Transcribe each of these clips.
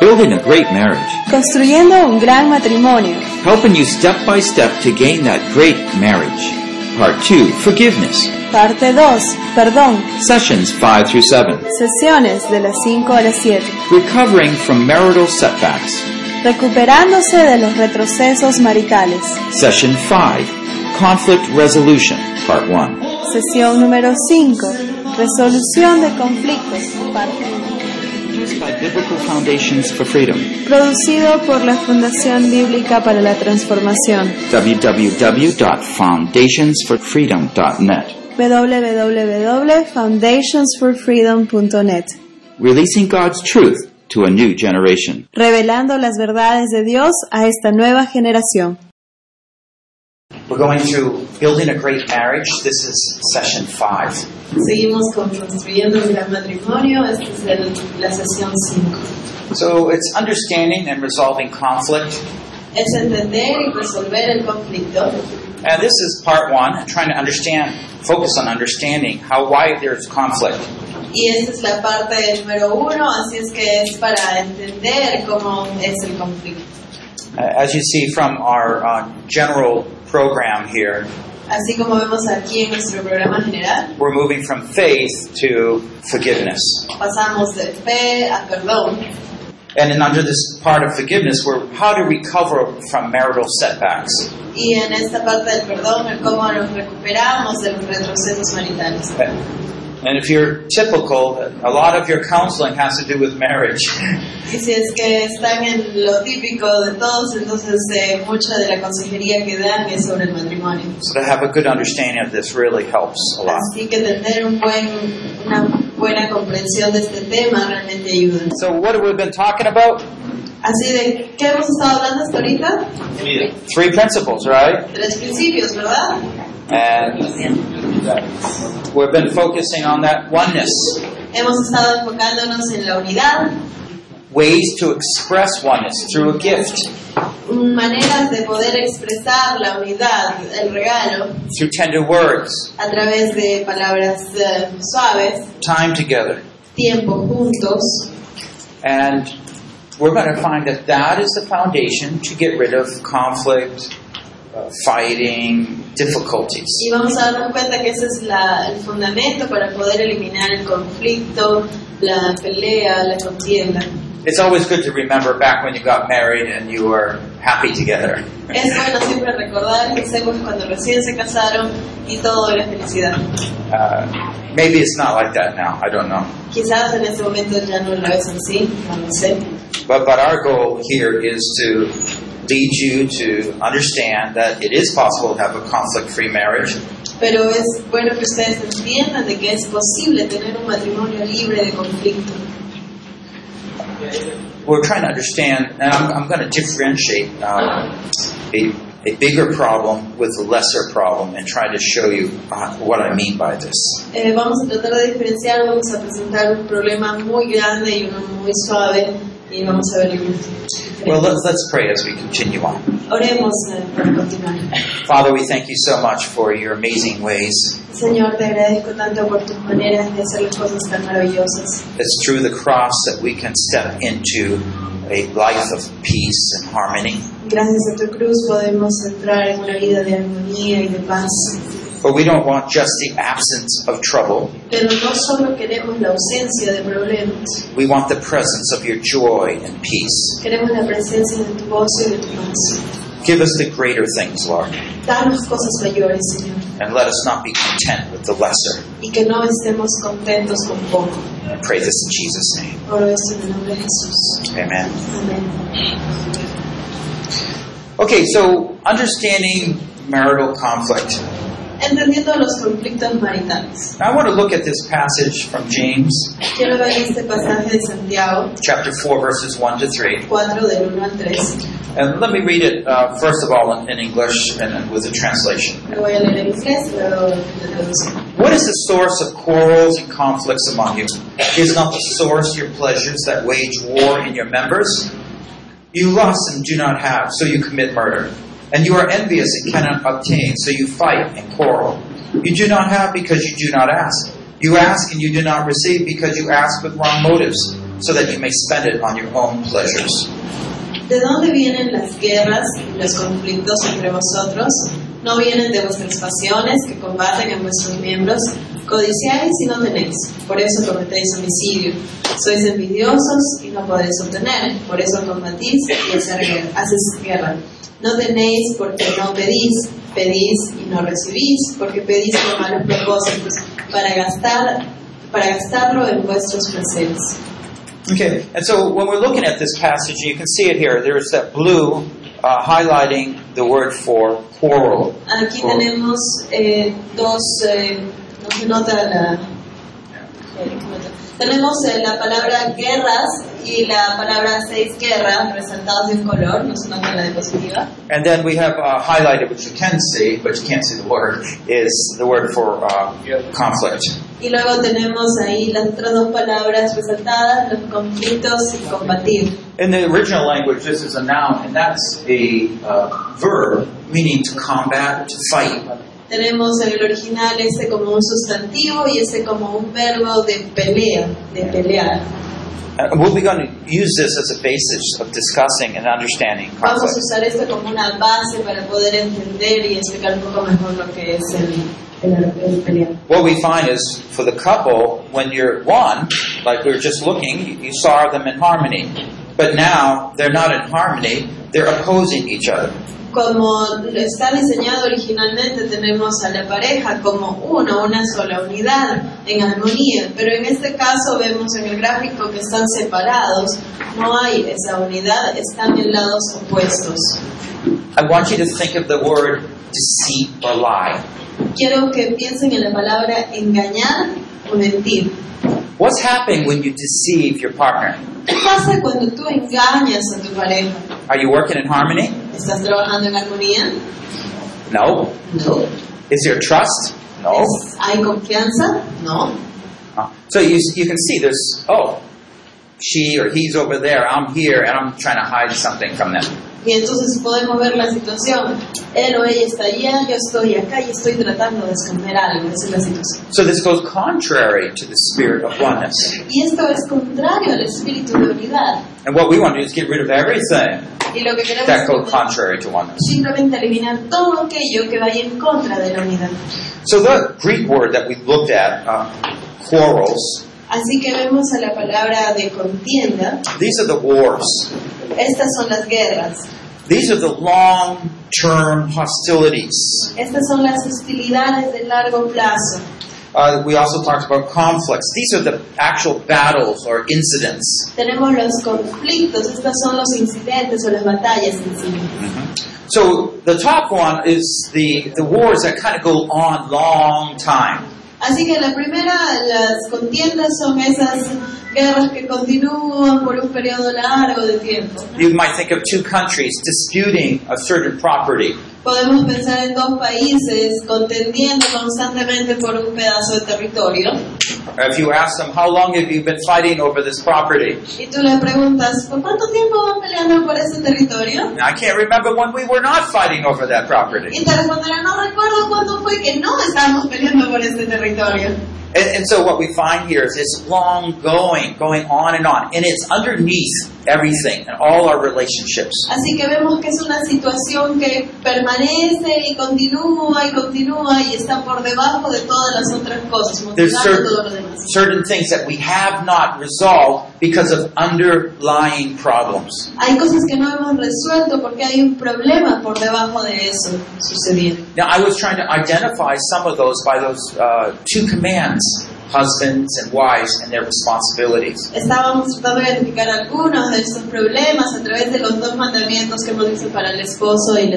Building a great marriage. Construyendo un gran matrimonio. Helping you step by step to gain that great marriage. Part 2 Forgiveness. Parte 2. Perdón. Sessions 5 through 7. Sesiones de las 5 a las 7. Recovering from marital setbacks. Recuperándose de los retrocesos maritales. Session 5 Conflict Resolution. Part 1. Sesión número 5. Resolución de conflictos. Parte uno. Produced by Biblical Foundations for Freedom. Producido por la Fundación Bíblica para la Transformación. www.foundationsforfreedom.net. www.foundationsforfreedom.net. Releasing God's truth to a new generation. Revelando las verdades de Dios a esta nueva generación. We're going through Building a Great Marriage. This is session five. Seguimos con construyendo un gran matrimonio, esta es el- la sesión 5. So it's understanding and resolving conflict. Es entender y resolver el conflicto. And this is part one, trying to understand, focus on understanding how why there's conflict. Y esta es la parte número uno, así es que es para entender cómo es el conflicto. Uh, as you see from our uh, general program here, Así como vemos aquí en nuestro programa general, we're moving from faith to forgiveness. pasamos de fe a perdón. And then under this part of forgiveness, we're how to recover from marital setbacks. Y en esta parte del perdón, el cómo nos recuperamos de los retrocesos maritales. Uh, And if you're typical, a lot of your counseling has to do with marriage. Y si es que están en lo típico de todos, entonces eh, mucha de la consejería que dan es sobre el matrimonio. So to have a good understanding of this really helps a lot. Así que tener un buen, una buena comprensión de este tema realmente ayuda. So what have we been talking about? Así de, ¿qué hemos estado hablando hasta ahorita? Three principles, right? Tres principios, ¿verdad? And we've been focusing on that oneness, Hemos estado enfocándonos en la unidad, ways to express oneness through a gift, maneras de poder expresar la unidad, el regalo, through tender words, a través de palabras eh, suaves, time together. tiempo juntos. And we're going to find that that is the foundation to get rid of conflict, uh, fighting, difficulties. Y vamos a darnos cuenta que ese es la- el fundamento para poder eliminar el conflicto, la pelea, la contienda. It's always good to remember back when you got married and you were happy together. Es bueno siempre recordar que hacemos cuando recién se casaron y todo era felicidad. Uh, maybe it's not like that now. I don't know. Quizás en este momento ya no lo es así, no lo sé. But but our goal here is to lead you to understand that it is possible to have a conflict-free marriage, Pero es bueno que ustedes entiendan de que es posible tener un matrimonio libre de conflicto. we're trying to understand, and I'm, I'm going to differentiate um, a, a bigger problem with a lesser problem and try to show you uh, what I mean by this. Eh, vamos a tratar de diferenciar, vamos a presentar un problema muy grande y uno muy suave y vamos a ver Well, el let's, let's pray as we continue on. Oremos eh, para continuar. Father, we thank you so much for your amazing ways. Señor, te agradezco tanto por tus maneras de hacer las cosas tan maravillosas. It's through the cross that we can step into a life of peace and harmony. Gracias a tu cruz podemos entrar en una vida de armonía y de paz. But we don't want just the absence of trouble. Pero no solo queremos la ausencia de problemas, We want the presence of your joy and peace. queremos la presencia de tu gozo y de tu paz. Give us the greater things, Lord, Danos cosas mayores, Señor, and let us not be content with the lesser. y que no estemos contentos con poco. I pray this in Jesus' name. Oro esto en el nombre de Jesús. Amen. Amén. Okay, so understanding marital conflict. Entendiendo los conflictos maritales, I want to look at this passage from James quiero ver este pasaje de Santiago chapter 4, verses 1 to 3. 4 del 1 al 3. And let me read it, uh, first of all, in, in English and then with a translation. Lo voy a leer en inglés, pero lo traduzco. What is the source of quarrels and conflicts among you? Is not the source your pleasures that wage war in your members? You lust and do not have, so you commit murder. And you are envious and cannot obtain, so you fight and quarrel. You do not have because you do not ask. You ask and you do not receive because you ask with wrong motives, so that you may spend it on your own pleasures. ¿De dónde vienen las guerras y los conflictos entre vosotros? No vienen de vuestras pasiones que combaten en vuestros miembros. Codiciáis y no tenéis, por eso cometéis homicidio. Sois envidiosos y no podéis obtener, por eso combatís y hacer guerra- haces guerra. No tenéis porque no pedís, pedís y no recibís, porque pedís con malos propósitos, para gastar, para gastarlo en vuestros placeres. Okay, and so when we're looking at this passage, you can see it here. There's that blue uh, highlighting the word for quarrel. Aquí Por- tenemos eh, dos, eh, no se nota la... eh, ¿qué nota? Tenemos eh, la palabra guerras y la palabra seis guerras resaltados en color, no se nota la diapositiva. And then we have uh, highlighted, which you can see, but you can't see the word, is the word for uh, conflict. Y luego tenemos ahí las otras dos palabras resaltadas, los conflictos y combatir. In the original language, this is a noun, and that's a uh, verb meaning to combat, to fight. Tenemos en el original ese como un sustantivo y ese como un verbo de pelea, de pelear. And Uh, we'll be going to use this as a basis of discussing and understanding Vamos a conflict. usar esto como una base para poder entender y explicar un poco mejor lo que es el, el, el pelear. What we find is for the couple, when you're one, like we were just looking, you saw them in harmony. But now they're not in harmony, they're opposing each other. Como está diseñado originalmente, tenemos a la pareja como uno, una sola unidad, en armonía, pero en este caso vemos en el gráfico que están separados, no hay esa unidad, están en lados opuestos. I want you to think of the word deceit or lie. Quiero que piensen en la palabra engañar o mentir. What's happening when you deceive your partner? ¿Qué pasa cuando tú engañas a tu pareja? Are you working in harmony? ¿Estás trabajando en armonía? No. No. Is there trust? No. ¿Hay confianza? No. Uh, So you, you can see there's, oh, she or he's over there, I'm here, and I'm trying to hide something from them. Y entonces podemos ver la situación. Él o ella está allá, yo estoy acá y estoy tratando de esconder algo. Esa es la situación. So this goes contrary to the spirit of oneness. Y esto es contrario al espíritu de unidad. And what we want to do is get rid of everything Y lo que queremos that goes es contrary to oneness. simplemente eliminar todo aquello que vaya en contra de la unidad. So the Greek word that we looked at, uh, quarrels, Así que vemos a la palabra de contienda. these are the wars. Estas son las guerras. These are the long term hostilities. Estas son las hostilidades de largo plazo. Uh, we also talked about conflicts. These are the actual battles or incidents. Tenemos los conflictos, estos son los incidentes o las batallas en sí. So the top one is the, the wars that kind of go on long time. Así que la primera, las contiendas son esas guerras que continúan por un periodo largo de tiempo. You might think of two countries disputing a certain property. Podemos pensar en dos países contendiendo constantemente por un pedazo de territorio If you ask them, how long have you been fighting over this property? y tú le preguntas, ¿por cuánto tiempo van peleando por ese territorio? And I can't remember when we were not fighting over that property. Y te responderá, no recuerdo cuándo fue que no estábamos peleando por ese territorio. And, and so what we find here is it's long going, going on and on. And it's underneath everything and all our relationships. Así que vemos que es una situación que permanece y continúa y continúa y está por debajo de todas las otras cosas, There's motivando todo lo certain, demás. certain things that we have not resolved because of underlying problems. Hay cosas que no hemos resuelto porque hay un problema por debajo de eso sucediendo. Now, I was trying to identify some of those by those uh, two commands husbands and wives and their responsibilities. Estábamos tratando de identificar algunos de estos problemas a través de los dos mandamientos que hemos dicho para el esposo y la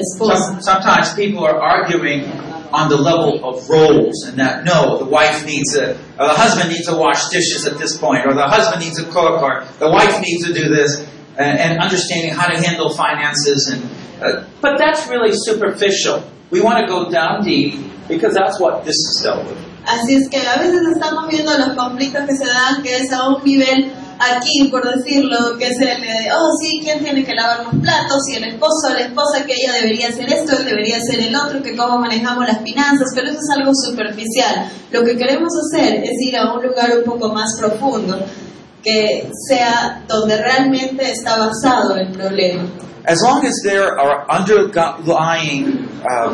Some, esposa. sometimes people are arguing on the level of roles and that no, the wife needs a, or the husband needs to wash dishes at this point, or the husband needs to cook, or the wife needs to do this, and, and understanding how to handle finances. And uh, but that's really superficial. We want to go down deep because that's what this is dealt with. Así es que a veces estamos viendo los conflictos que se dan, que es a un nivel aquí, por decirlo, que es el de, oh, sí, ¿quién tiene que lavar los platos? Y el esposo, la esposa, que ella debería hacer esto, él debería hacer el otro, que cómo manejamos las finanzas, pero eso es algo superficial. Lo que queremos hacer es ir a un lugar un poco más profundo que sea donde realmente está basado el problema. As long as there are underlying uh,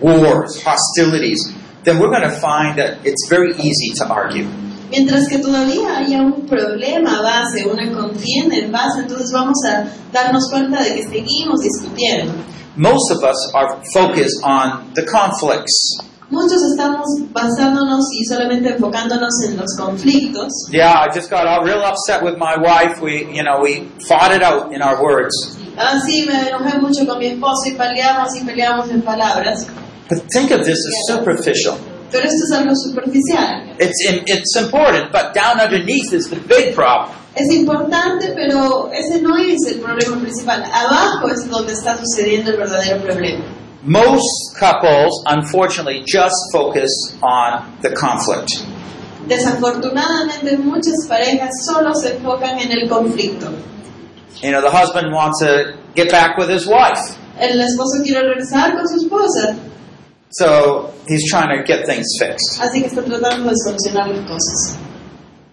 wars, hostilities, then we're going to find that it's very easy to argue. Mientras que todavía haya un problema base, una contienda en base, entonces vamos a darnos cuenta de que seguimos discutiendo. Most of us are focused on the conflicts. Muchos estamos basándonos y solamente enfocándonos en los conflictos. Yeah, I just got all real upset with my wife. We, you know, we fought it out in our words. Ah, sí, me enojé mucho con mi esposo y peleamos y peleamos en palabras, But think of this as superficial. pero esto es algo superficial. It's it's important, but down underneath is the big problem. Es importante, pero ese no es el problema principal. Abajo es donde está sucediendo el verdadero problema. Most couples, unfortunately, just focus on the conflict. Desafortunadamente, muchas parejas solo se enfocan en el conflicto. You know, the husband wants to get back with his wife, El esposo quiere regresar con su esposa, so he's trying to get things fixed. así que está tratando de solucionar las cosas.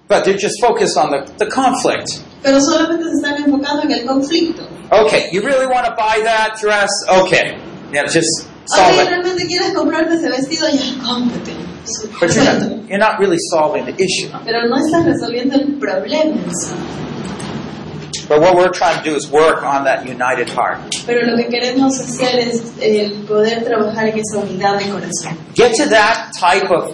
But they're just focused on the, the conflict. Pero solamente se están enfocando en el conflicto. Okay, you really want to buy that dress? Okay. Yeah, just solve Ok, it. realmente quieres comprarte ese vestido, ya cómprate. But you're not, you're not really solving the issue. Pero no estás resolviendo el problema. en sí. But what we're trying to do is work on that united heart. Pero lo que queremos hacer es el poder trabajar en esa unidad de corazón. Get to that type of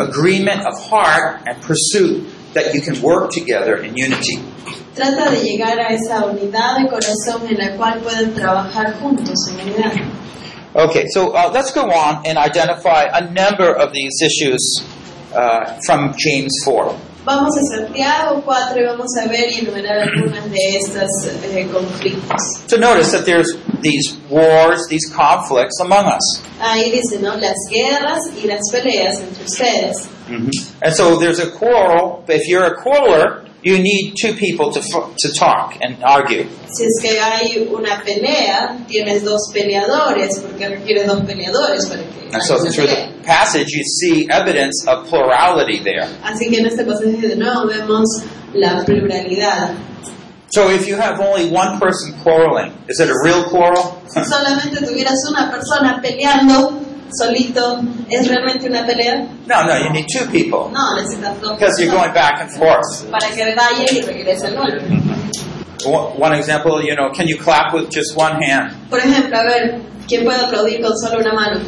agreement of heart and pursuit that you can work together in unity. Trata de llegar a esa unidad de corazón en la cual pueden trabajar juntos en unidad. Okay, so uh, let's go on and identify a number of these issues uh, from James 4. Vamos a Santiago 4 y vamos a ver y enumerar algunas de estas eh, conflictos. So notice that there's these wars, these conflicts among us. Ahí dice, ¿no? Las guerras y las peleas entre ustedes. And so there's a quarrel. If you're a quarreler, you need two people to, f- to talk and argue. Si es que hay una pelea, tienes dos peleadores, porque requieres dos peleadores para que And haya so una through pelea. the passage, you see evidence of plurality there. Así que en este pasaje de nuevo vemos la pluralidad. So if you have only one person quarreling, is it a real quarrel? Si solamente tuvieras una persona peleando solito, ¿es realmente una pelea? no, no, you need two people No, necesitas dos because you're personas going back and forth. para que vaya y regrese el otro. One one example, you know, can you clap with just one hand? Por ejemplo, a ver, ¿quién puede aplaudir con solo una mano?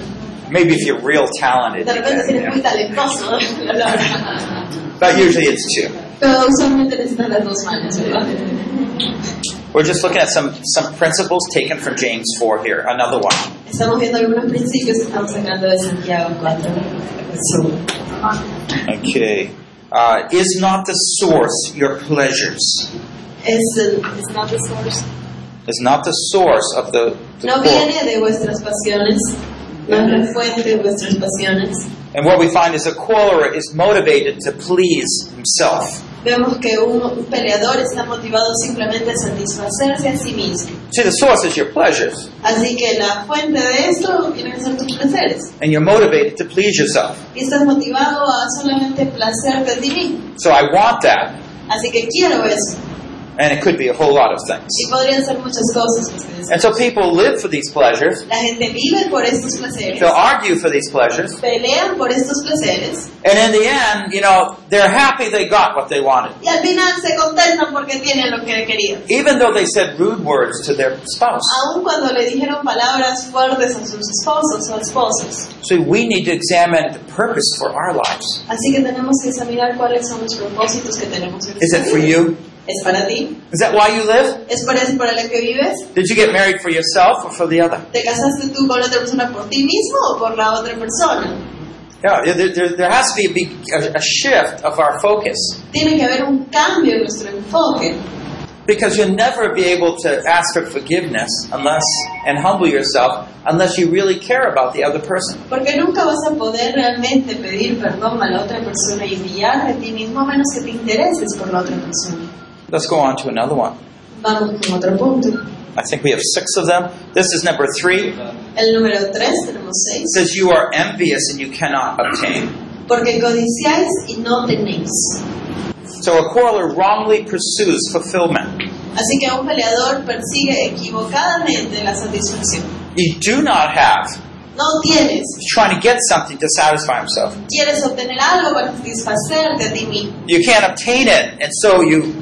Maybe if you're real talented. De you repente si can, eres muy yeah. talentoso, la verdad. But usually it's two. pero usualmente necesitas las dos manos, ¿verdad? We're just looking at some, some principles taken from James 4 here, another one. Estamos viendo algunos principios que estamos sacando de Santiago 4. Okay. Uh, is not the source your pleasures? Es el- it's not the source. Is not the source of the, the No quarrel. viene de vuestras pasiones, no es la fuente de vuestras pasiones. And what we find is a quarreler is motivated to please himself, Vemos que un, un peleador está motivado simplemente a satisfacerse a sí mismo. See, the source is your pleasures, Así que la fuente de esto tiene que ser tus placeres. and you're motivated to please yourself. Y estás motivado a solamente placerte a ti mismo. So I want that, Así que quiero eso. and it could be a whole lot of things. Y podrían ser muchas cosas que ustedes. And so people live for these pleasures, La gente vive por estos placeres, they'll argue for these pleasures, pelean por estos placeres. and in the end, you know, they're happy they got what they wanted, Y al final se contentan porque tienen lo que querían. even though they said rude words to their spouse. Aun cuando le dijeron palabras fuertes a sus esposos o esposas. So we need to examine the purpose for our lives. Así que tenemos que examinar cuáles son los propósitos que tenemos en Is esta it for vida. you? ¿Es para ti? Is that why you live? ¿Es para, es para la que vives? Did you get married for yourself or for the other? ¿Te casaste tú con la otra persona por ti mismo o por la otra persona? Yeah, there, there, there has to be a, big, a, a shift of our focus Tiene que haber un cambio en nuestro enfoque. because you'll never be able to ask for forgiveness unless and humble yourself unless you really care about the other person. Porque nunca vas a poder realmente pedir perdón a la otra persona y humillarte a ti mismo a menos que te intereses por la otra persona. Let's go on to another one. Vamos con otro punto. I think we have six of them. This is number three. El número 3, tenemos 6. It says, You are envious and you cannot obtain. Porque codiciáis y no tenéis. So a quarreler wrongly pursues fulfillment. Así que un peleador persigue equivocadamente la satisfacción. You do not have. No tienes. He's trying to get something to satisfy himself. Quieres obtener algo para satisfacerte a ti mismo. You can't obtain it, and so you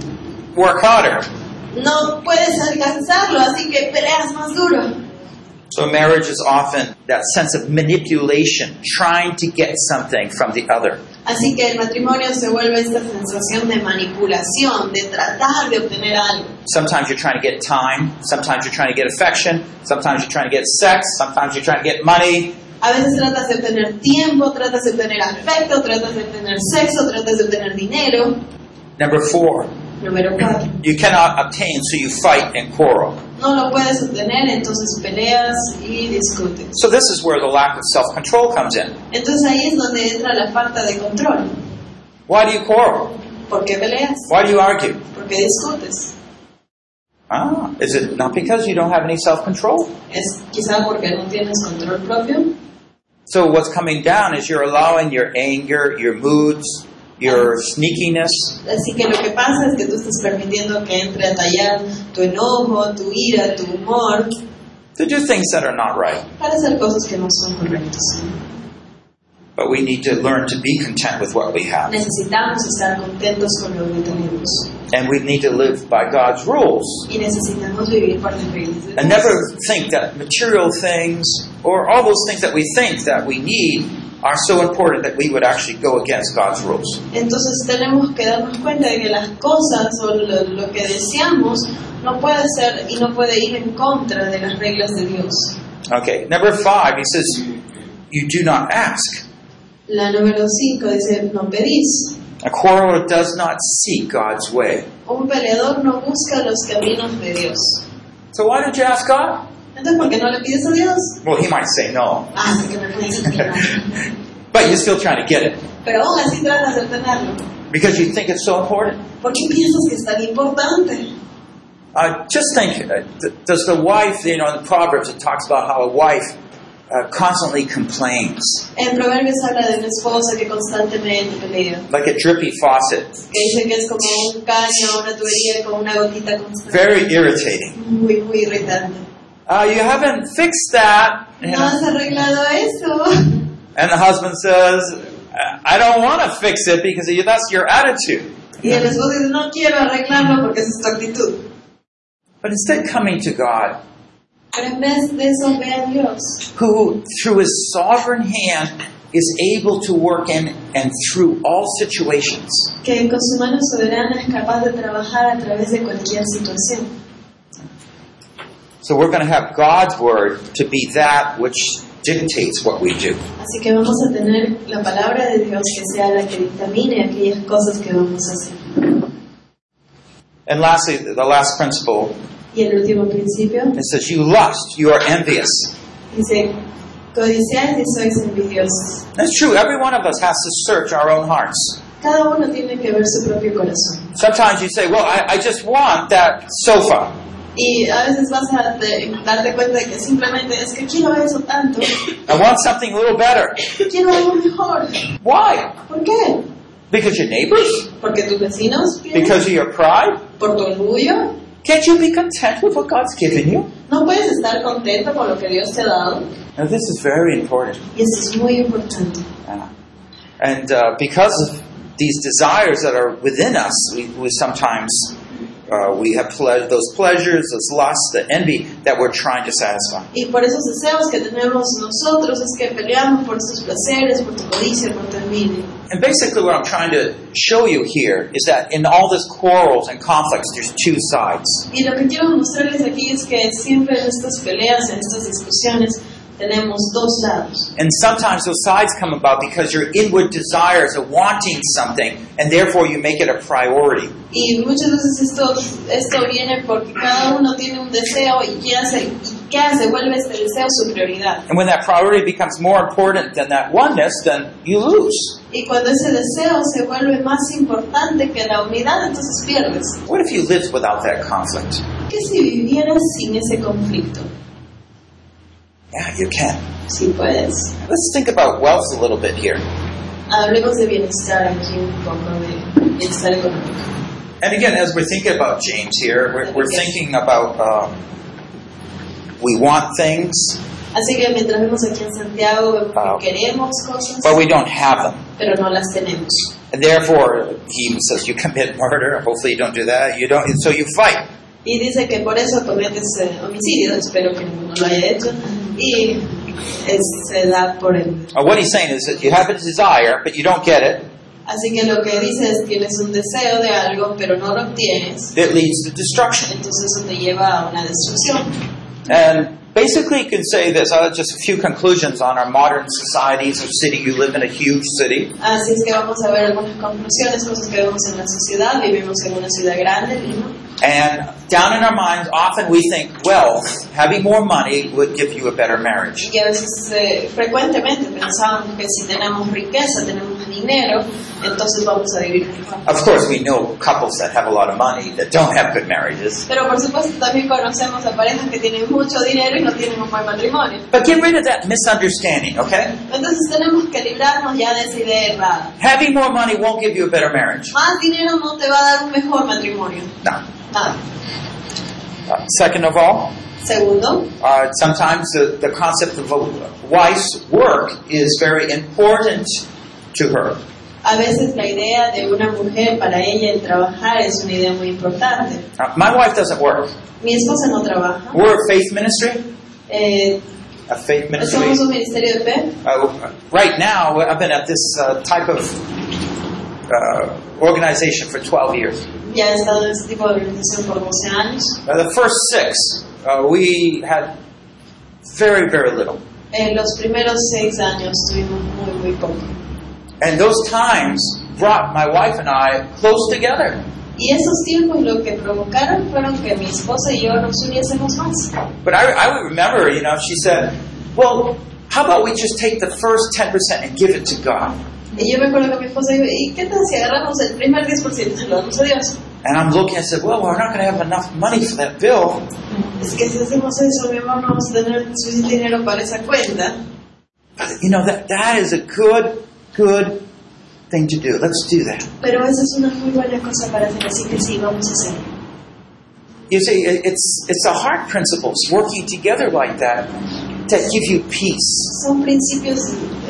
work harder. No puedes alcanzarlo, así que peleas más duro. So marriage is often that sense of manipulation, trying to get something from the other. Así que el matrimonio se vuelve esta sensación de manipulación, de tratar de obtener algo. Sometimes you're trying to get time, sometimes you're trying to get affection, sometimes you're trying to get sex, sometimes you're trying to get money, A veces tratas de obtener tiempo, tratas de obtener afecto, tratas de obtener sexo, tratas de obtener dinero. Number four, Número cuatro. you cannot obtain, so you fight and quarrel. No lo puedes obtener, entonces peleas y discutes. So this is where the lack of self-control comes in. Entonces ahí es donde entra la falta de control. Why do you quarrel? ¿Por qué peleas? Why do you argue? ¿Por qué discutes? Ah, is it not because you don't have any self-control? ¿Es quizá porque no tienes control propio? So what's coming down is you're allowing your anger, your moods, your sneakiness, Así que lo que pasa es que tú estás permitiendo que entre a tallar tu enojo, tu ira, tu humor to do things that are not right. para hacer cosas que no son correctas. But we need to learn to be content with what we have. Necesitamos estar contentos con lo que tenemos And we need to live by God's rules. y necesitamos vivir por las reglas de Dios. And never think that material things or all those things that we think that we need are so important that we would actually go against God's rules. Entonces tenemos que darnos cuenta de que las cosas o lo, lo que deseamos no puede ser y no puede ir en contra de las reglas de Dios. Okay, number five, he says, You do not ask. La número 5 dice, no pedís. A quarreler does not seek God's way. Un peleador no busca los caminos de Dios. So why don't you ask God? Entonces, ¿por qué no le pides a Dios? Well, he might say no, Ah, sí que me puedes opinar. but you're still trying to get it Pero aún así tratas de obtenerlo. because you think it's so important. ¿Por qué piensas que es tan importante? Uh, just think, uh, th- does the wife, you know, in Proverbs it talks about how a wife uh, constantly complains, En Proverbios habla de una esposa que constantemente pelea. like a drippy faucet, Que dice que es como un caño, una tubería con una gotita constante. very irritating. Muy, muy irritante. Uh, you haven't fixed that, you No has know. arreglado eso. and the husband says, "I I don't want to fix it because you- that's your attitude." Y el esposo dice, no quiero arreglarlo porque esa es tu actitud. But instead, coming to God, Pero en vez de eso, ve a Dios, who through His sovereign hand is able to work in and through all situations. que con su mano soberana es capaz de trabajar a través de cualquier situación. So we're going to have God's word to be that which dictates what we do. Así que vamos a tener la palabra de Dios que sea la que dictamine aquellas cosas que vamos a hacer. And lastly, the last principle Y el último principio it says, You lust, you are envious. dice, codiciáis y sois envidiosos. That's true. Every one of us has to search our own hearts. Cada uno tiene que ver su propio corazón. Sometimes you say, Well, I, I just want that sofa. Y a veces vas a te- darte cuenta de que simplemente es que quiero eso tanto, I want something a little better. quiero algo mejor. Why? ¿Por qué? Because your neighbors? Porque tus vecinos tienen, Because of your pride? por tu orgullo. Can't you be content with what God's given you? No puedes estar contento con lo que Dios te ha dado. Now, this is very important. Y eso es muy importante. Yeah. And uh, because of these desires that are within us, we, we sometimes uh, we have ple- those pleasures, those lusts, the envy that we're trying to satisfy. Y por esos deseos que tenemos nosotros es que peleamos por sus placeres, por tu codicia, por tu envidia. And basically, what I'm trying to show you here is that in all this quarrels and conflicts, there's two sides. Y lo que quiero mostrarles aquí es que siempre en estas peleas, en estas discusiones, tenemos dos lados. And sometimes those sides come about because your inward desires are wanting something, and therefore you make it a priority. Y muchas veces esto, esto viene porque cada uno tiene un deseo y ¿qué hace? ¿Y qué hace? Vuelve este deseo su prioridad. And when that priority becomes more important than that oneness, then you lose. Y cuando ese deseo se vuelve más importante que la unidad, entonces pierdes. What if you lived without that conflict? ¿Qué si vivieras sin ese conflicto? Yeah, you can. Si puedes. Let's think about wealth a little bit here. hablemos de bienestar aquí un poco, de bienestar económico. And again, as we're thinking about James here, we're, we're thinking about um, we want things, Así que mientras vemos aquí en Santiago, vemos Ah. que queremos cosas, but we don't have them. pero no las tenemos. And therefore, he says, you commit murder. Hopefully, you don't do that. You don't. So you fight. Y dice que por eso cometes eh, homicidio, espero que ninguno lo haya hecho, y es- se da por él. Uh, what he's saying is that you have a desire, but you don't get it. Así que lo que dice es tienes un deseo de algo, pero no lo obtienes, That leads to destruction. entonces eso te lleva a una destrucción. And basically, you can say this. Uh, just a few conclusions on our modern societies or city. You live in a huge city. Así es que vamos a ver algunas conclusiones, cosas que vemos en la sociedad, vivimos en una ciudad grande, Lima, And down in our minds, often we think wealth, having more money, would give you a better marriage. y que a veces eh, frecuentemente pensamos que si tenemos riqueza, tenemos dinero, entonces vamos a vivir mejor. Of course, we know couples that have a lot of money that don't have good marriages. Pero por supuesto también conocemos a parejas que tienen mucho dinero y no tienen un buen matrimonio. But get rid of that misunderstanding, okay? Entonces tenemos que librarnos ya de esa idea errada. Having more money won't give you a better marriage. Más dinero no te va a dar un mejor matrimonio. Ah, No. Nada. Uh, second of all, Segundo, uh, sometimes the, the concept of a wife's work is very important to her. a veces la idea de una mujer para ella el trabajar es una idea muy importante. Uh, my wife doesn't work. Mi esposa no trabaja. We're a faith ministry. Eh, A faith somos ministry. un ministerio de fe. Uh, right now, I've been at this uh, type of uh, organization for 12 years. Ya he estado en este tipo de organización por 12 años. Uh, the first six, uh, we had very, very little. En los primeros 6 años tuvimos muy, muy poco. And those times brought my wife and I close together. Y esos tiempos lo que provocaron fueron que mi esposa y yo nos uniésemos más. But I, I would remember, you know, she said, Well, how about we just take the first 10% and give it to God? Y yo me acuerdo que mi esposa dijo, ¿y qué tal si agarramos el primer 10% y se lo damos a Dios? And I'm looking, I said, Well, we're not going to have enough money for that bill. Es que si hacemos eso, mi amor, no vamos a tener suficiente dinero para esa cuenta. But, you know, that, that is a good, good thing to do. Let's do that. Pero esa es una muy buena cosa para hacer, así que sí, vamos a hacerlo. You see, it- it's, it's the heart principles working together like that that give you peace. Son principios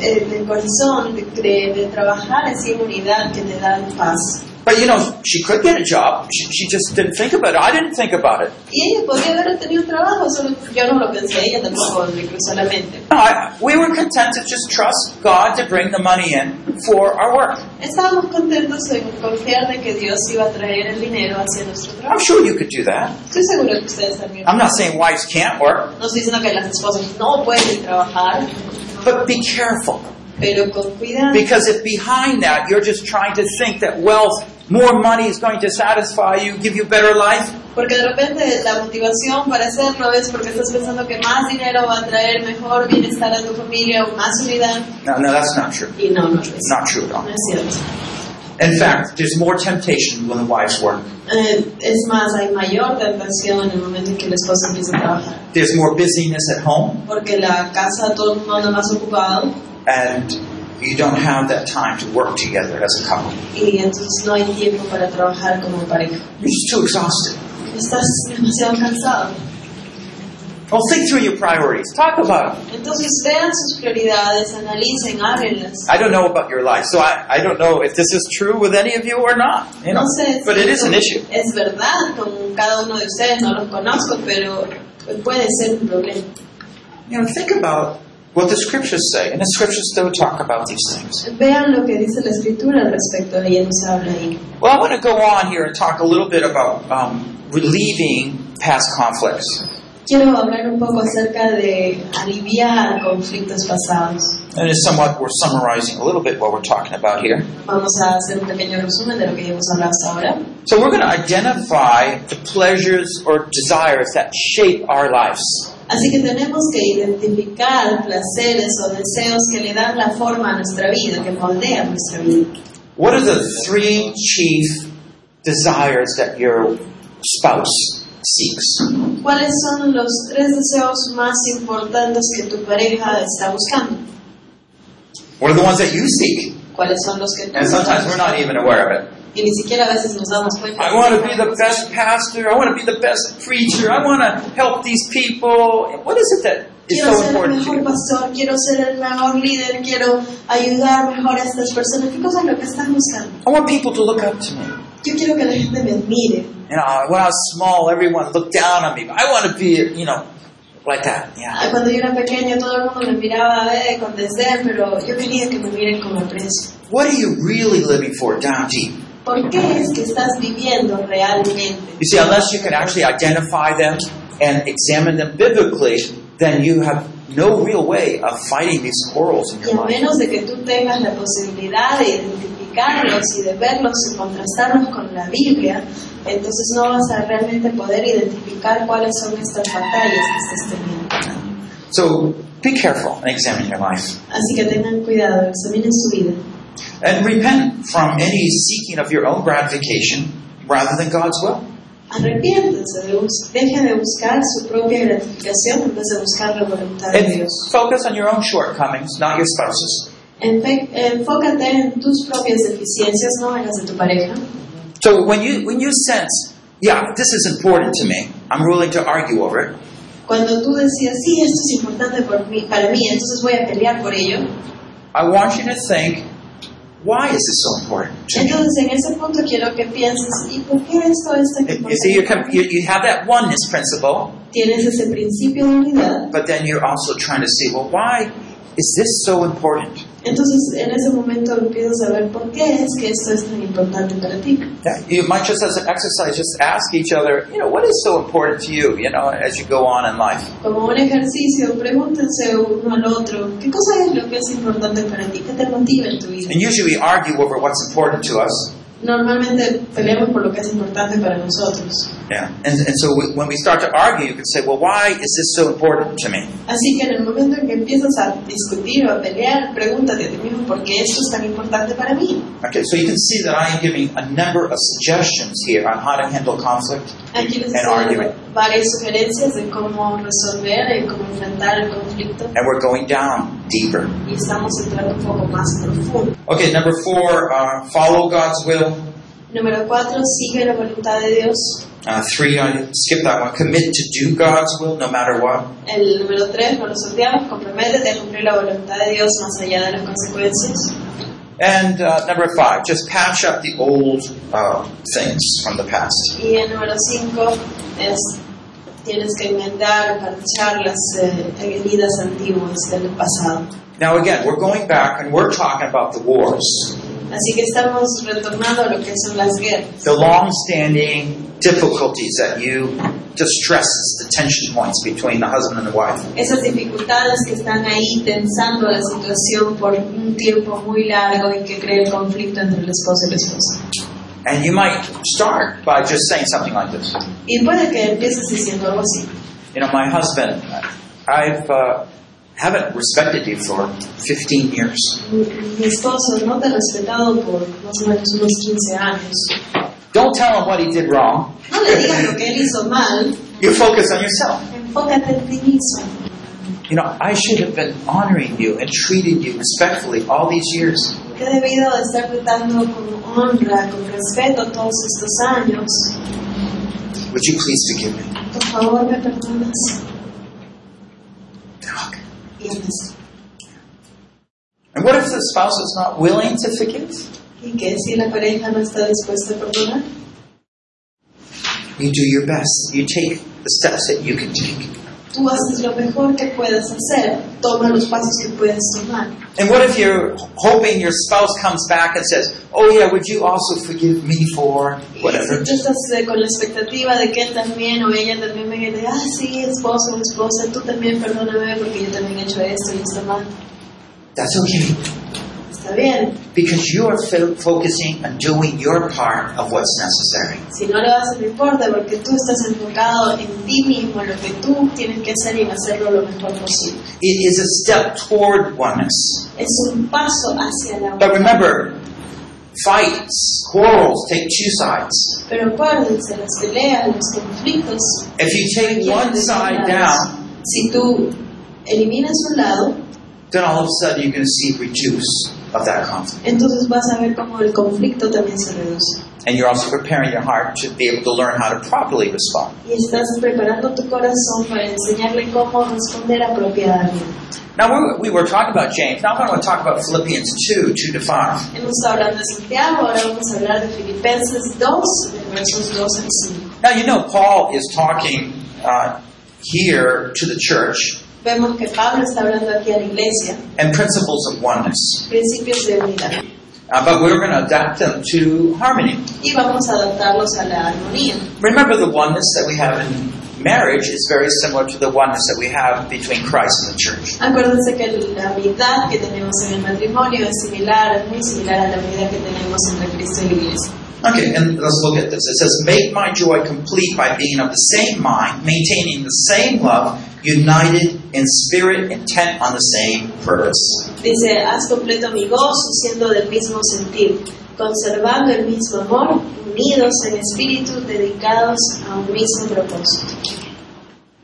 eh, del corazón, de, de- de trabajar así en unidad que te dan paz. But you know, she could get a job. She, she just didn't think about it. I didn't think about it. Y ella podría haber tenido trabajo, solo yo no lo pensé, ella tampoco le cruzó la mente. No, I, we were content to just trust God to bring the money in for our work. Estábamos contentos en confiar de que Dios iba a traer el dinero hacia nuestro I'm trabajo. sure you could do that. Estoy seguro que ustedes también. I'm not saying wives can't work, No estoy diciendo que las esposas no pueden trabajar, but be careful pero con cuidado. because if behind that you're just trying to think that wealth, more money is going to satisfy you, give you better life, Porque de repente la motivación para hacerlo es porque estás pensando que más dinero va a traer mejor bienestar a tu familia o más unidad. no, no, that's not true. Y no, no es. It's not true at all. No es cierto. In fact, there's more temptation when the wives work. Eh, es más, hay mayor tentación en el momento en que la esposa empieza a trabajar. There's more busyness at home, Porque la casa todo el mundo anda más ocupado and you don't have that time to work together as a couple. y entonces no hay tiempo para trabajar como pareja. You're just too exhausted. Estás demasiado cansado. Well, think through your priorities. Talk about them. Entonces vean sus prioridades, analicen, háblenlas. I don't know about your life, so I, I don't know if this is true with any of you or not. You know, No sé, but it is an si issue. es verdad con cada uno de ustedes, no los conozco, pero puede ser un problema. You know, think about what the scriptures say, and the scriptures don't talk about these things. Vean lo que dice la escritura al respecto, ella nos habla ahí. Well, I want to go on here and talk a little bit about um, relieving past conflicts, Quiero hablar un poco acerca de aliviar conflictos pasados. and it's somewhat we're summarizing a little bit what we're talking about here. Vamos a hacer un pequeño resumen de lo que ya hemos hablado hasta ahora. So we're going to identify the pleasures or desires that shape our lives. Así que tenemos que identificar placeres o deseos que le dan la forma a nuestra vida, que moldean nuestra vida. What are the three chief desires that your spouse seeks? ¿Cuáles son los tres deseos más importantes que tu pareja está buscando? What are the ones that you seek? cuáles son los que And sometimes we're not even aware of it. y ni siquiera a veces nos damos cuenta. I want to be the best pastor. I want to be the best preacher. I want to help these people. What is it that is Quiero so ser el important to mejor you? pastor, quiero ser el mejor líder, quiero ayudar mejor a estas personas. ¿Qué cosa es lo que están buscando? I want people to look up to me. Yo quiero que la gente me admire. You know, when I was small, everyone looked down on me. But I want to be, you know, like that. Yeah. Ay, Cuando yo era pequeña todo el mundo me miraba a ver con desdén, pero yo quería que me miren como aprecio. What are you really living for down deep? ¿Por qué es que estás viviendo realmente? You see, unless you can actually identify them and examine them biblically, then you have no real way of fighting these quarrels in Y your a life. menos de que tú tengas la posibilidad de identificarlos y de verlos y contrastarlos con la Biblia, entonces no vas a realmente poder identificar cuáles son estas batallas que estás teniendo. So be careful and examine your life. Así que tengan cuidado, examinen su vida And repent from any seeking of your own gratification rather than God's will. Arrepiéntanse, de bus- dejen de buscar su propia gratificación en vez de buscar la voluntad de And Dios. focus on your own shortcomings, not your spouse's. Enfe- Enfócate en tus propias deficiencias, no en las de tu pareja. So when you when you sense, yeah, this is important to me, I'm willing to argue over it. Cuando tú decías, sí, esto es importante por mí, para mí, entonces voy a pelear por ello, I want you to think, why is this so important? to me? entonces en ese punto quiero que pienses, ¿y por qué esto es tan You see, you, importante? come, you, you have that oneness principle, Tienes ese principio de unidad, but then you're also trying to see, well, why is this so important? entonces en ese momento empiezas a ver por qué es que esto es tan importante para ti. Yeah, You might just as an exercise, just ask each other, you know, what is so important to you, you know, as you go on in life. Como un ejercicio, pregúntense uno al otro, ¿qué cosa es lo que es importante para ti? ¿Qué te motiva en tu vida? And usually we argue over what's important to us. Normalmente peleamos por lo que es importante para nosotros. Yeah. And, and so we, when we start to argue, you can say, well, why is this so important to me? Así que en el momento en que empiezas a discutir o a pelear, pregúntate a ti mismo por qué esto es tan importante para mí. Okay, so you can see that I am giving a number of suggestions here on how to handle conflict Aquí les and estoy argument. dando varias sugerencias de cómo resolver y cómo enfrentar el conflicto And we're going down deeper. y estamos entrando un poco más profundo. Okay, number four, uh, follow God's will. Número cuatro, sigue la voluntad de Dios. Uh, three, I skip that one. Commit to do God's will no matter what. El número tres, no lo sorteamos, comprométete a cumplir la voluntad de Dios más allá de las consecuencias. And uh, number five, just patch up the old uh, things from the past. Y el número 5 es tienes que inventar, parchar las eh, heridas antiguas del pasado. Now, again, we're going back and we're talking about the wars, Así que estamos retornando a lo que son las guerras, the long standing difficulties that you just stresses the tension points between the husband and the wife. esas dificultades que están ahí tensando la situación por un tiempo muy largo y que crea el conflicto entre el esposo y la esposa. And you might start by just saying something like this Y puede que empieces diciendo algo así. You know, my husband, I've. Uh, haven't respected you for 15 years. Mi esposo no te ha respetado por más o menos unos 15 años. Don't tell him what he did wrong. No le digas lo que él hizo mal, You focus on yourself. enfócate en ti mismo. You know, I should have been honoring you and treating you respectfully all these years. He debido de estar tratando con honra, con respeto todos estos años. Would you please forgive me? Por favor, me perdonas. Doc. Y antes, And what if the spouse is not willing to forgive? ¿Y que si la pareja no está dispuesta a perdonar? You do your best. You take the steps that you can take. Tú haces lo mejor que puedas hacer. Toma los pasos que puedes tomar. And what if you're hoping your spouse comes back and says, Oh, yeah, would you also forgive me for Y whatever? si tú estás eh, con la expectativa de que él también o ella también me diga, ah, sí, esposo o esposa, eh, tú también perdóname porque yo también he hecho esto y esto mal. That's okay. Está bien. Because you are fo- focusing on doing your part of what's necessary. Si no lo haces, no importa, porque tú estás enfocado en ti mismo, en lo que tú tienes que hacer y en hacerlo lo mejor posible. It is a step toward oneness. Es un paso hacia la But remember, fights, quarrels take two sides. Pero acuérdense, las peleas, los conflictos. If you take one side down, Si tú eliminas un lado, then all of a sudden you're going to see reduce of that conflict. Entonces vas a ver cómo el conflicto también se reduce. And you're also preparing your heart to be able to learn how to properly respond. Y estás preparando tu corazón para enseñarle cómo responder apropiadamente. Now, we, we were talking about James. Now, I want to talk about Philippians 2 2 to 5. Hemos estado hablando de Santiago, ahora vamos a hablar de Filipenses 2, de versos 2 al 5. Now, you know, Paul is talking uh, here to the church Vemos que Pablo está hablando aquí a la iglesia, and principles of oneness, principios de unidad, uh, but we're going to adapt them to harmony. y vamos a adaptarlos a la armonía. Remember, the oneness that we have in marriage is very similar to the oneness that we have between Christ and the church. Acuérdense que la unidad que tenemos en el matrimonio es similar, es muy similar a la unidad que tenemos entre Cristo y la iglesia. Okay, and let's look at this. It says, Make my joy complete by being of the same mind, maintaining the same love, united in spirit, intent on the same purpose. Dice, haz completo mi gozo siendo del mismo sentir, conservando el mismo amor, unidos en espíritu, dedicados a un mismo propósito.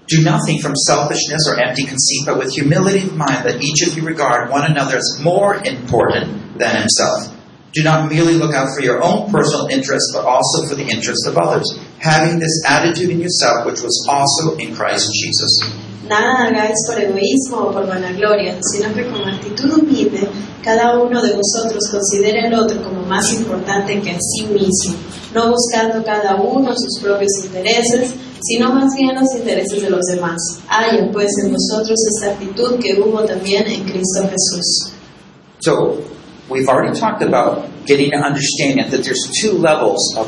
Do nothing from selfishness or empty conceit, but with humility of mind, that each of you regard one another as more important than himself. Do not merely look out for your own personal interests, but also for the interests of others, having this attitude in yourself, which was also in Christ Jesus. Nada hagáis por egoísmo o por vanagloria, sino que con actitud humilde cada uno de vosotros considere al otro como más importante que a sí mismo, no buscando cada uno sus propios intereses, sino más bien los intereses de los demás. Haya pues en vosotros esta actitud que hubo también en Cristo Jesús. So, we've already talked about getting to understand that there's two levels of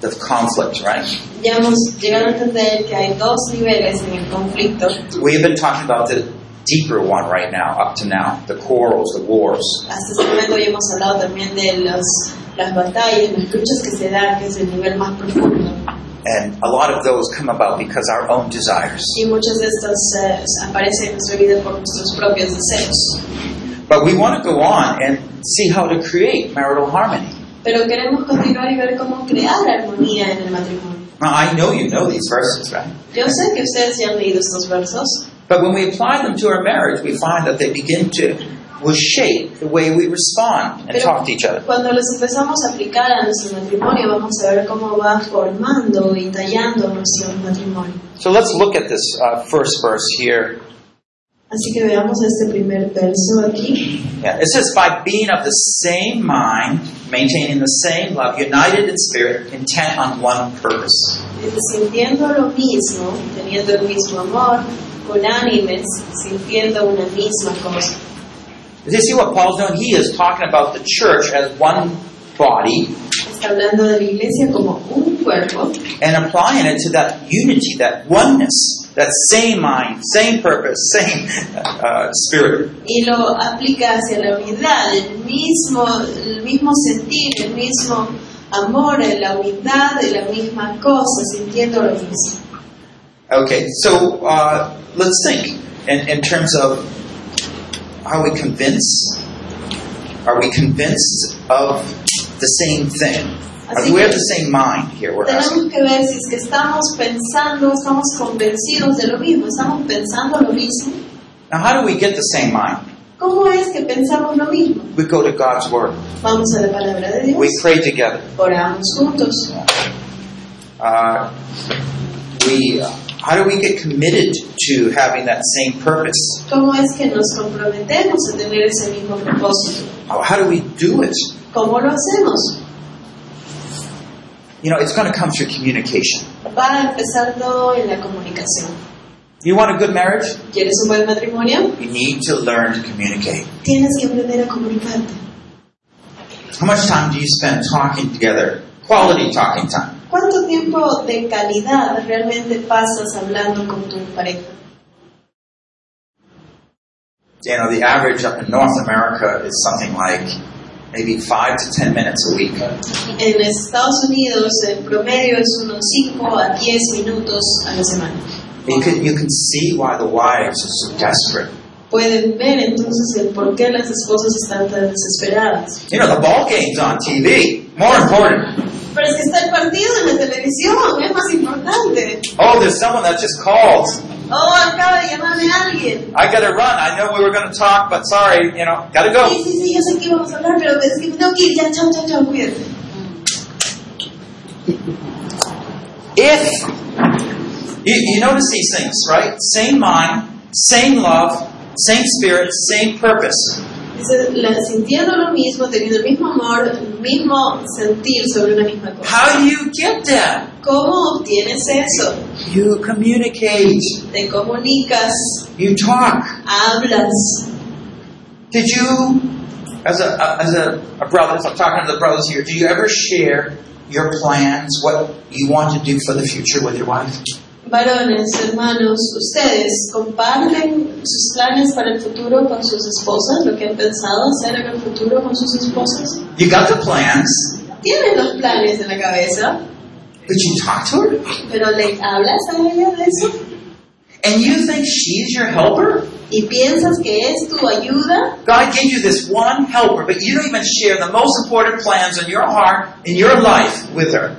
the conflict, right? Ya hemos llegado a entender que hay dos niveles en el conflicto. We've been talking about the deeper one right now, up to now, the quarrels, the wars. Hasta este momento ya hemos hablado también de los- las batallas, las luchas que se dan, que es el nivel más profundo. And a lot of those come about because our own desires. y muchas de estas eh, aparecen en nuestra vida por nuestros propios deseos. But we want to go on and see how to create marital harmony. Pero queremos continuar y ver cómo crear armonía en el matrimonio. Now, I know you know these verses, right? Yo sé que ustedes ya han leído estos versos, But when we apply them to our marriage, we find that they begin to will shape the way we respond and pero talk to each other. cuando los empezamos a aplicar a nuestro matrimonio vamos a ver cómo va formando y tallando nuestro matrimonio. So let's look at this uh, first verse here. Así que veamos este primer verso aquí. Yeah, it says, "By being of the same mind, maintaining the same love, united in spirit, intent on one purpose." Dice, Sintiendo lo mismo, teniendo el mismo amor, unánimes, sintiendo una misma cosa. Do you see what Paul's doing? He is talking about the church as one body Está hablando de la iglesia como un cuerpo and applying it to that unity, that oneness, that same mind, same purpose, same uh, spirit. y lo aplica hacia la unidad, el mismo, el mismo sentir, el mismo amor, la unidad de la misma cosa, sintiendo lo mismo. Okay, so uh, let's think in, in terms of are we convinced? Are we convinced of the same thing? Are we have the same mind here? We're asking. Tenemos que ver si es que estamos pensando, estamos convencidos de lo mismo, estamos pensando lo mismo. Now, how do we get the same mind? ¿Cómo es que pensamos lo mismo? We go to God's Word. Vamos a la palabra de Dios, We pray together. oramos juntos. Uh, we, uh, how do we get committed to having that same purpose? ¿Cómo es que nos comprometemos a tener ese mismo propósito? How, how do we do it? ¿Cómo lo hacemos? You know, it's going to come through communication. Va a empezar todo en la comunicación. You want a good marriage? ¿Quieres un buen matrimonio? You need to learn to communicate. Tienes que aprender a comunicarte. How much time do you spend talking together? Quality talking time. ¿Cuánto tiempo de calidad realmente pasas hablando con tu pareja? You know, the average up in North America is something like maybe five to ten minutes a week. En Estados Unidos el promedio es unos 5 a 10 minutos a la semana. You can, you can see why the wives are so desperate. Pueden ver entonces el por qué las esposas están tan desesperadas. You know, the ball game's on TV. More important. Pero es que está el partido en la televisión, es más importante. Oh, there's someone that just called. Oh, acaba de llamarme alguien. I gotta run. I know we were gonna talk, but sorry, you know, gotta Sí, go. sí, sí, yo sé que íbamos a hablar, pero es que me tengo que ir. Ya, chao, chao, chao, cuídate. If you, you notice these things, right? Same mind, same love, same spirit, same purpose. Dice, la- sintiendo lo mismo, teniendo el mismo amor, el mismo sentir sobre una misma cosa. How do you get that? ¿Cómo obtienes eso? You communicate. Te comunicas, You talk. hablas. Did you, as a, a- as a, a brother, if I'm talking to the brothers here, do you ever share your plans, what you want to do for the future with your wife? Varones, hermanos, ustedes comparten sus planes para el futuro con sus esposas, lo que han pensado hacer en el futuro con sus esposas. You got the plans, Tienen los planes en la cabeza, but you talk to her? pero le hablas a ella de eso And you think she's your helper? y piensas que es tu ayuda. God gave you this one helper, but you don't even share the most important plans on your heart and your life with her.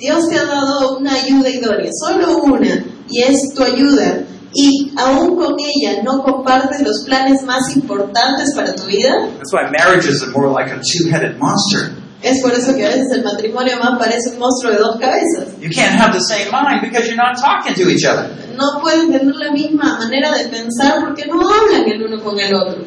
Dios te ha dado una ayuda idónea, solo una, y es tu ayuda. Y aún con ella no compartes los planes más importantes para tu vida. That's why marriages are more like a two-headed monster. Es por eso que a veces el matrimonio más parece un monstruo de dos cabezas. You can't have the same mind because you're not talking to each other. No pueden tener la misma manera de pensar porque no hablan el uno con el otro.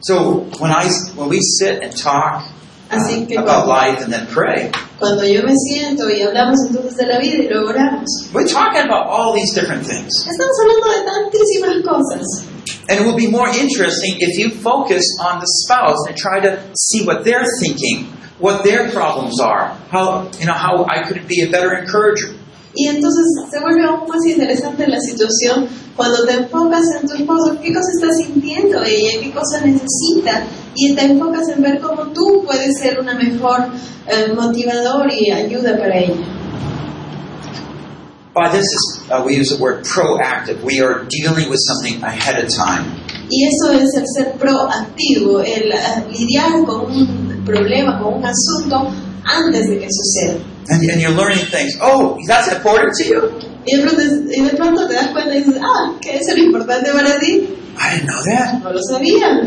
So when I when we sit and talk Así que about cuando, life and then pray, cuando yo me siento y hablamos entonces de la vida y luego oramos, we're talking about all these different things. estamos hablando de tantísimas cosas. And it will be more interesting if you focus on the spouse and try to see what they're thinking, what their problems are, how you know how I could be a better encourager. Y entonces se vuelve aún más interesante la situación cuando te enfocas en tu esposo, qué cosa está sintiendo ella, qué cosa necesita, y te enfocas en ver cómo tú puedes ser una mejor eh, motivador y ayuda para ella. By this is uh, we use the word proactive. We are dealing with something ahead of time. Y eso es el ser proactivo, el eh, lidiar con un problema, con un asunto antes de que suceda. And, and you're learning things. Oh, that's important to you? Y de, pronto, y de pronto te das cuenta y dices, ah, que eso es lo importante para ti. I didn't know that. No lo sabía.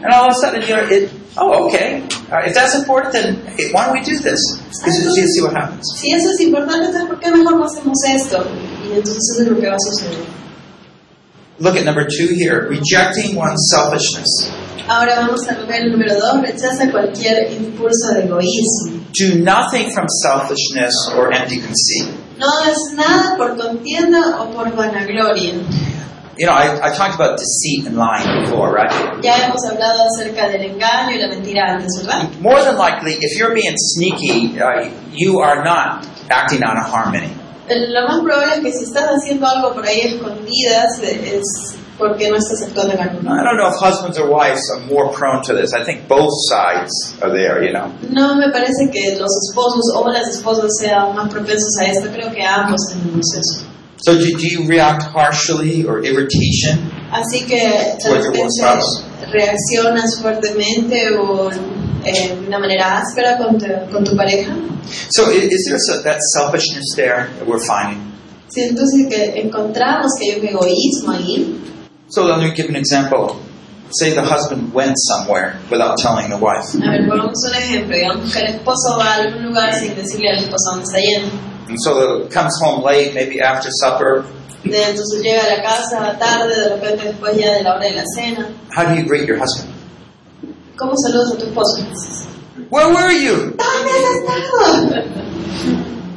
And all of a sudden, you know, it, oh, okay. Uh, if that's important, then hey, why don't we do this? Because you see what happens. Si eso es importante, entonces ¿por qué mejor no hacemos esto? Y entonces eso es lo que va a suceder. Look at number two here rejecting one's selfishnness. Ahora vamos al nivel número dos, rechaza cualquier impulso de egoísmo. Do nothing from selfishness or empty conceit. No hagas nada por contienda o por vanagloria. You know, I, I talked about deceit and lying before, right? Ya hemos hablado acerca del engaño y la mentira antes, ¿verdad? More than likely, if you're being sneaky, uh, you are not acting out of harmony. Eh, Lo más probable es que si estás haciendo algo por ahí escondidas eh, es porque no estás actuando en I armonía. don't know if husbands or wives are more prone to this. I think both sides are there, you know. No me parece que los esposos o las esposas sean más propensos a esto, creo que ambos tenemos eso. So do, do you react harshly or irritation? Así que de Fuerte repente WhatsApps. reaccionas fuertemente o eh, de una manera áspera con tu, con tu pareja. So i- is, there so, that selfishness there that we're finding? Siento sí, que encontramos que hay un egoísmo ahí. So let me give an example. Say the husband went somewhere without telling the wife. A ver, pongamos un ejemplo. Digamos que el esposo va a algún lugar sin decirle al esposo dónde está yendo. And so the, comes home late, maybe after supper. De- Entonces llega a la casa, va tarde, de repente después ya de la hora de la cena. How do you greet your husband? ¿Cómo saludas a tu esposo? Where were you? ¿Dónde has estado?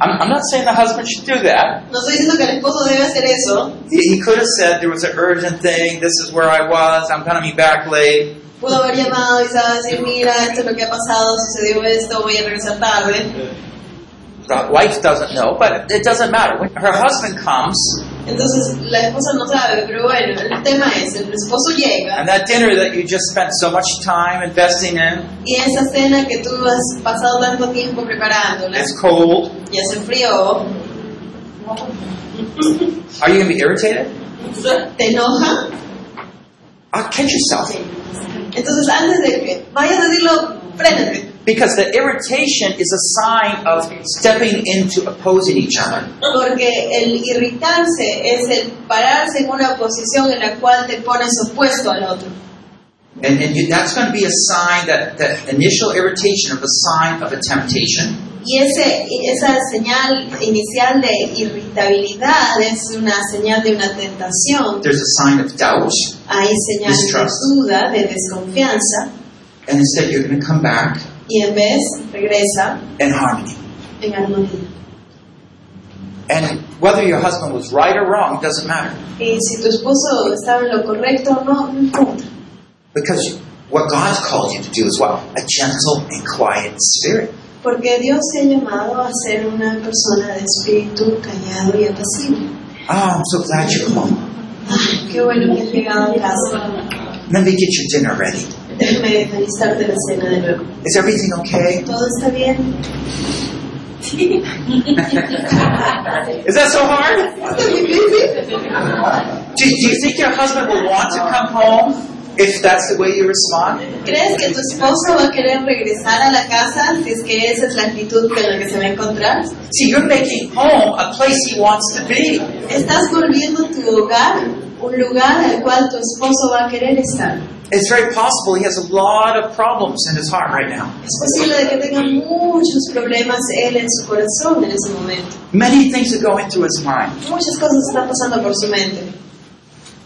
I'm, I'm not saying the husband should do that. No estoy diciendo que el esposo debe hacer eso. He, he could have said there was an urgent thing. This is where I was. I'm going to be back late. Pudo haber llamado y sabe decir, mira, esto es lo que ha pasado, sucedió esto, voy a regresar tarde. The wife doesn't know, but it doesn't matter. When her husband comes, Entonces la esposa no sabe, pero bueno, el tema es, el esposo llega and that dinner that you just spent so much time investing in, y esa cena que tú has pasado tanto tiempo preparándola, it's cold. ya se enfrió, Are you going to be irritated? te enoja. Uh, catch yourself. Entonces antes de que vayas a decirlo, frénate. Because the irritation is a sign of stepping into opposing each other. Porque el irritarse es el pararse en una posición en la cual te pones opuesto al otro. And, and you, that's going to be a sign that that initial irritation of a sign of a temptation. Y ese, esa señal inicial de irritabilidad es una señal de una tentación. There's a sign of doubt. Hay señales de Distrust. duda, de desconfianza. And instead, you're going to come back Y en vez regresa in harmony. en armonía. And whether your husband was right or wrong doesn't matter. Y si tu esposo estaba en lo correcto o no, no importa. Because what God's called you to do is what? A gentle and quiet spirit. Porque Dios te ha llamado a ser una persona de espíritu callado y apacible. Oh, I'm so glad you're home. Ay, qué bueno que has llegado a casa. Let me get your dinner ready. Déjame felicitarte la cena de nuevo. Is everything okay? ¿Todo está bien? Is that so hard? ¿Está bien, baby? Do, do you think your husband will want to come home if that's the way you respond? ¿Crees que tu esposo va a querer regresar a la casa si es que esa es la actitud con la que se va a encontrar? See, you're making home a place he wants to be. Estás volviendo tu hogar un lugar al cual tu esposo va a querer estar. It's very possible he has a lot of problems in his heart right now. Es posible de que tenga muchos problemas él en su corazón en ese momento. Many things are going through his mind. Muchas cosas están pasando por su mente.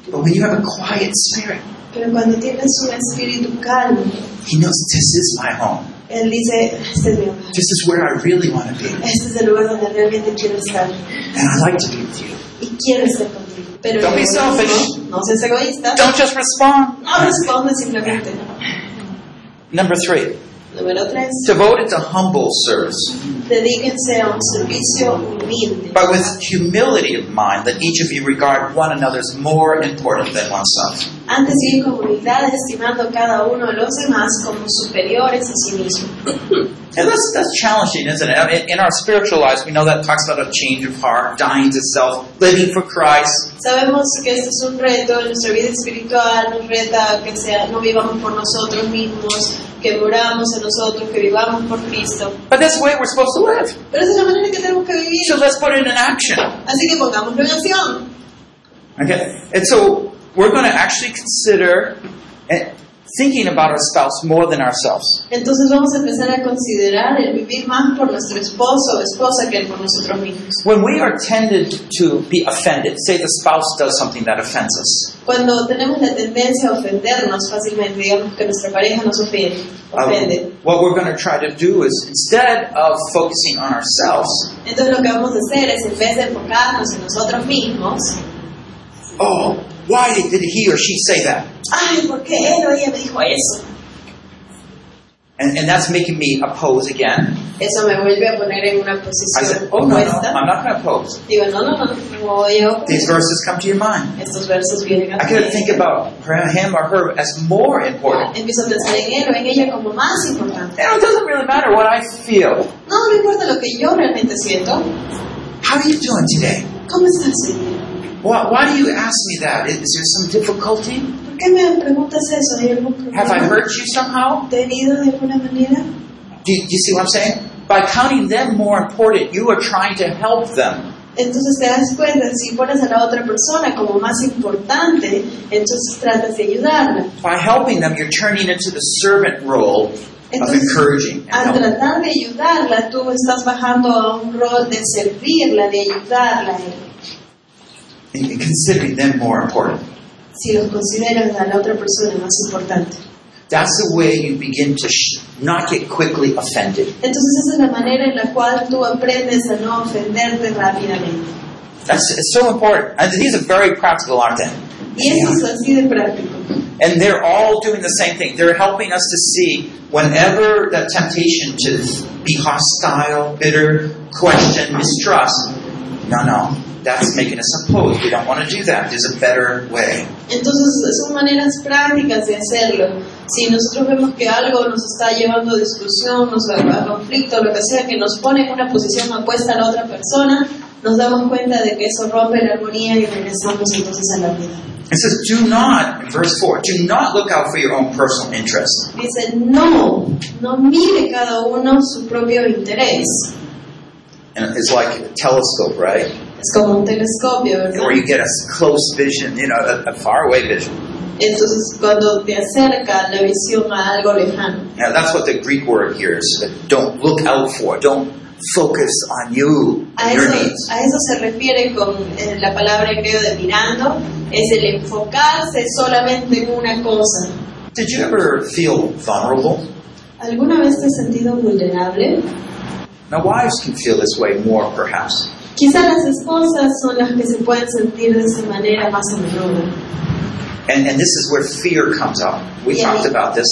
But when you have a quiet spirit, Pero cuando tienes un espíritu calmo, he knows this is my home. él dice, este es mi hogar. This is where I really want to be. Este es el lugar donde realmente quiero estar. And I'd like to be with you. Y quiero estar contigo. Pero Don't be no, selfish. no seas egoísta. Don't just respond. No responde simplemente. Number three, Número tres, devoted to humble service, dedíquense a un servicio humilde. but with humility of mind, that each of you regard one another as more important than oneself. Antes de ir con humildad, estimando cada uno a los demás como superiores a sí mismo. And that's, that's challenging, isn't it? I mean, in our spiritual lives, we know that talks about a change of heart, dying to self, living for Christ. Sabemos que este es un reto en nuestra vida espiritual, nos reta que sea, no vivamos por nosotros mismos, que moramos a nosotros, que vivamos por Cristo. But that's the way we're supposed to live. Pero esa es la manera en que tenemos que vivir, So let's put it in action. así que pongámoslo en acción. Okay? And so we're going to actually consider eh, thinking about our spouse more than ourselves. Entonces vamos a empezar a considerar el vivir más por nuestro esposo o esposa que por nosotros mismos. When we are tended to be offended, say the spouse does something that offends us, Cuando tenemos la tendencia a ofendernos fácilmente, digamos que nuestra pareja nos ofende, uh, ofende. what we're going to try to do is instead of focusing on ourselves, Entonces lo que vamos a hacer es, en vez de enfocarnos en nosotros mismos, oh, why did he or she say that? ay, ¿por qué él o ella me dijo eso? And, and that's making me oppose again. Eso me vuelve a poner en una I posición said, oh, no, no, opuesta. I'm not going to oppose. Digo, no, no, no, no voy a oponer. These verses come to your mind. Estos versos vienen a I mí. got to think about her- him or her as more important. Empiezo a pensar en él o en ella como más importante. And it doesn't really matter what I feel. No, no importa lo que yo realmente siento. How are you doing today? ¿Cómo estás, Señor? Why, why do you ask me that? Is, is there some difficulty? ¿Por qué me preguntas eso? ¿Hay algún problema? Have I hurt you somehow? ¿Te he herido de alguna manera? Do you, do you see what I'm saying? By counting them more important, you are trying to help them. Entonces te das cuenta, si pones a la otra persona como más importante, entonces tratas de ayudarla. By helping them, you're turning into the servant role of Entonces, encouraging. and al helping. tratar de ayudarla, tú estás bajando a un rol de servirla, de ayudarla a ella. And you're considering them more important. si los consideras a la otra persona más importante. That's the way you begin to sh- not get quickly offended. Entonces esa es la manera en la cual tú aprendes a no ofenderte rápidamente. That's it's so important. And these are very practical, aren't they? Y eso es así de práctico. And they're all doing the same thing. They're helping us to see whenever that temptation to be hostile, bitter, question, mistrust, no, no, that's making us oppose. We don't want to do that. There's a better way. Entonces son maneras prácticas de hacerlo. Si nosotros vemos que algo nos está llevando a discusión, nos a a conflicto, lo que sea, que nos pone en una posición opuesta a la otra persona, nos damos cuenta de que eso rompe la armonía y regresamos entonces a la vida. It says, do not, in verse 4, do not look out for your own personal interest. Dice, no, no mire cada uno su propio interés. And it's like a telescope, right? Es como un telescopio, ¿verdad? Where you get a close vision, you know, a, a faraway vision. Entonces, cuando te acerca la visión a algo lejano, Now, that's what the Greek word here is. that Don't look out for. Don't focus on you a and eso, your needs. a eso se refiere con eh, la palabra en griego de mirando, es el enfocarse solamente en una cosa. Did you ever feel vulnerable? ¿Alguna vez te has sentido vulnerable? Now, wives can feel this way more, perhaps. Quizá las esposas son las que se pueden sentir de esa manera más a menudo. And, and this is where fear comes up. We Yeah. talked about this.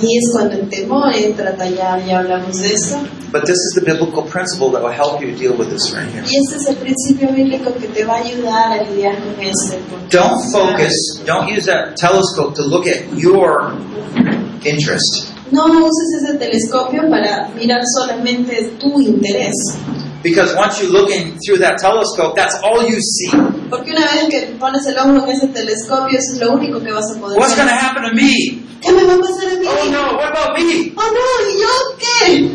Ahí es cuando el temor entra tallado, ya hablamos de eso. But this is the biblical principle that will help you deal with this right here. Y ese es el principio bíblico que te va a ayudar a lidiar con eso. Don't focus, don't use that telescope to look at your interest. No uses ese telescopio para mirar solamente tu interés. Because once you look in through that telescope, that's all you see. Porque una vez que pones el ojo en ese telescopio, eso es lo único que vas a poder What's going ver. to happen to me? ¿Qué me va a pasar a mí? Oh no, what about me? Oh, no, ¿y yo qué?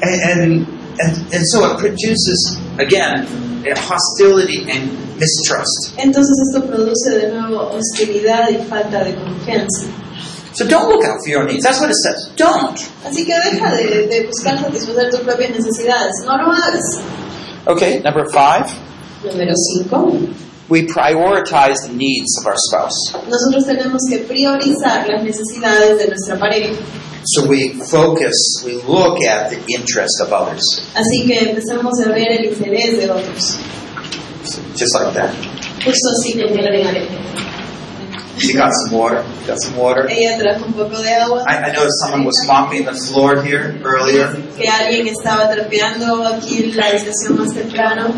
And, and, and, and so it produces, again, hostility and mistrust. Entonces esto produce de nuevo hostilidad y falta de confianza. So don't look out for your needs. That's what it says. Don't. Así que deja de, de buscar satisfacer tus propias necesidades. No lo hagas. Okay, number five, Número 5. we prioritize the needs of our spouse. Nosotros tenemos que priorizar las necesidades de nuestra pareja. So we focus, we look at the interest of others, Así que empecemos a ver el interés de otros. just like that. Justo así que me agregaré. She got some water. Got some water. Ella trajo un poco de agua. I, I noticed someone was mopping the floor here earlier. Que alguien estaba trapeando aquí en la habitación más temprano.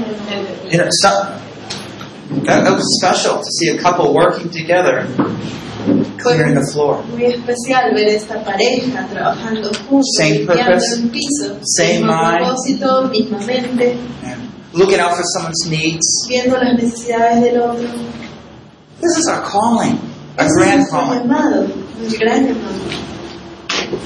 You know, some, that, that was special to see a couple working together, clearing the floor. Muy especial ver esta pareja trabajando juntos, Same limpiando purpose, el piso, same mismo mind. propósito, misma mente, and looking out for someone's needs. viendo las necesidades del otro. This is our calling, our Ese es grand nuestro calling. llamado, un gran llamado.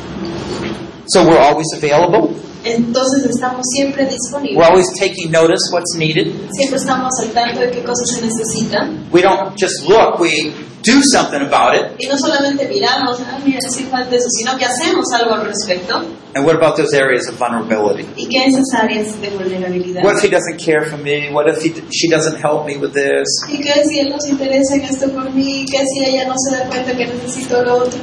So we're always available. Entonces estamos siempre We're disponibles, always taking notice what's needed. siempre estamos al tanto de qué cosas se necesitan We don't just look, we do something about it. y no solamente miramos, ah, mira, sí falta eso, sino que hacemos algo al respecto And what about those areas of vulnerability? y que esas áreas de vulnerabilidad. What if he doesn't care for me? What if he, she doesn't help me with this? ¿Y qué si él no se interesa en esto por mí? ¿Qué si ella no se da cuenta que necesito lo otro?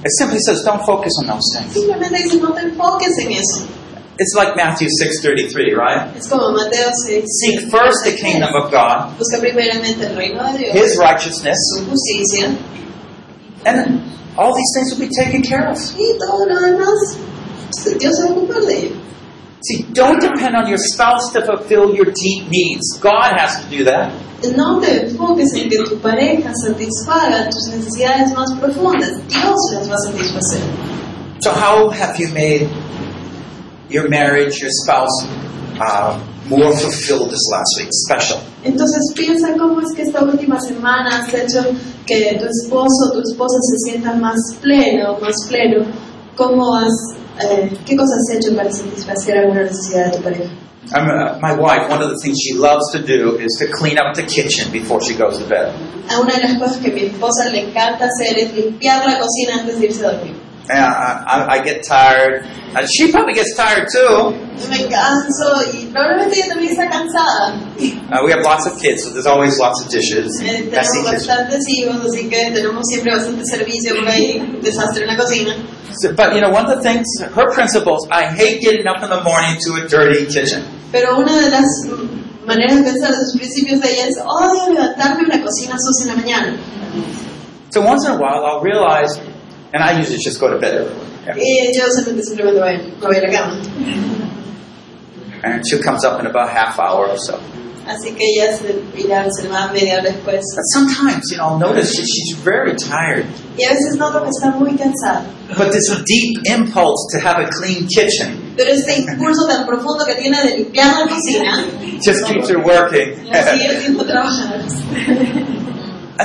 It simply says, don't focus on those things. Simplemente dice, no te enfoques en eso. It's like Matthew 6.33, right? Es como Mateo 6. Seek first the kingdom of God, Busca primeramente el reino de Dios, his righteousness, su justicia and all these things will be taken care of. y todo lo demás. Dios se va a ocupar de ello. See, don't depend on your spouse to fulfill your deep needs. God has to do that. No te enfoques en que tu pareja satisfaga tus necesidades más profundas. Dios las va a satisfacer. So, how have you made your marriage, your spouse, uh, more fulfilled this last week? Special. Entonces piensa cómo es que esta última semana has hecho que tu esposo o tu esposa se sienta más pleno o más pleno. ¿Cómo has, eh, ¿Qué cosas has hecho para satisfacer alguna necesidad de tu pareja? I'm, uh, my wife, one of the things she loves to do is to clean up the kitchen before she goes to bed. A una de las cosas que a mi esposa le encanta hacer es limpiar la cocina antes de irse a dormir. And I, I, I get tired. And she probably gets tired too. Me canso y probablemente ella también está cansada. Uh, we have lots of kids, so there's always lots of dishes. Eh, Messy tenemos dishes. bastantes hijos, así que tenemos siempre bastante servicio por ahí, un desastre en la cocina. So- But you know, one of the things, her principles, I hate getting up in the morning to a dirty kitchen. Pero una de las mm, maneras de pensar de sus principios de ella es, odio levantarme en la cocina sucia en la mañana. So once in a while, I'll realize, and I usually just go to bed early. Yeah. Y yo solamente simplemente voy, me voy a la cama. and she comes up in about half hour or so. Así que ella se irá se va media hora después. But sometimes, you know, I'll notice that she's very tired. Y a veces noto que está muy cansada. But this deep impulse to have a clean kitchen Pero este impulso tan profundo que tiene de limpiar la cocina, just keeps her working. la sigue and haciendo trabajar.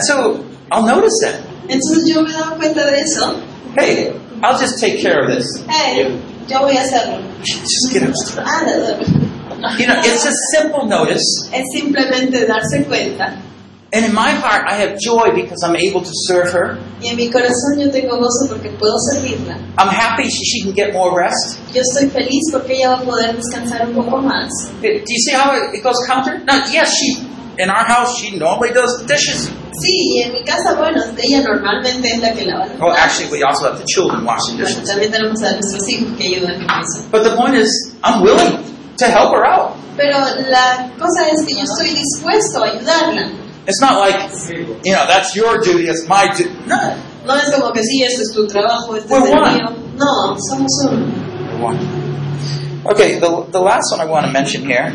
so I'll notice that. Entonces yo me daba cuenta de eso. Hey, I'll just take care of this. Hey, yo voy a hacerlo. Just get upstairs. Ah, la verdad. You know, it's a simple notice. Es simplemente darse cuenta. And in my heart, I have joy because I'm able to serve her. Y en mi corazón yo tengo gozo porque puedo servirla. I'm happy she, she can get more rest. Yo estoy feliz porque ella va a poder descansar un poco más. Do you see how it goes counter? Now, yes, she in our house she normally does the dishes. Sí, y en mi casa, bueno, ella normalmente es la que lava los Well, platos. actually, we also have the children washing Bueno, dishes. también tenemos a nuestros hijos que ayudan con eso. But the point is, I'm willing to help her out. Pero la cosa es que yo estoy dispuesto a ayudarla. It's not like you know that's your duty, it's my duty. No, No es como que sí, este es tu trabajo, este We're es el one. mío. No, somos uno. One. Okay, the, the last one I want to mention here.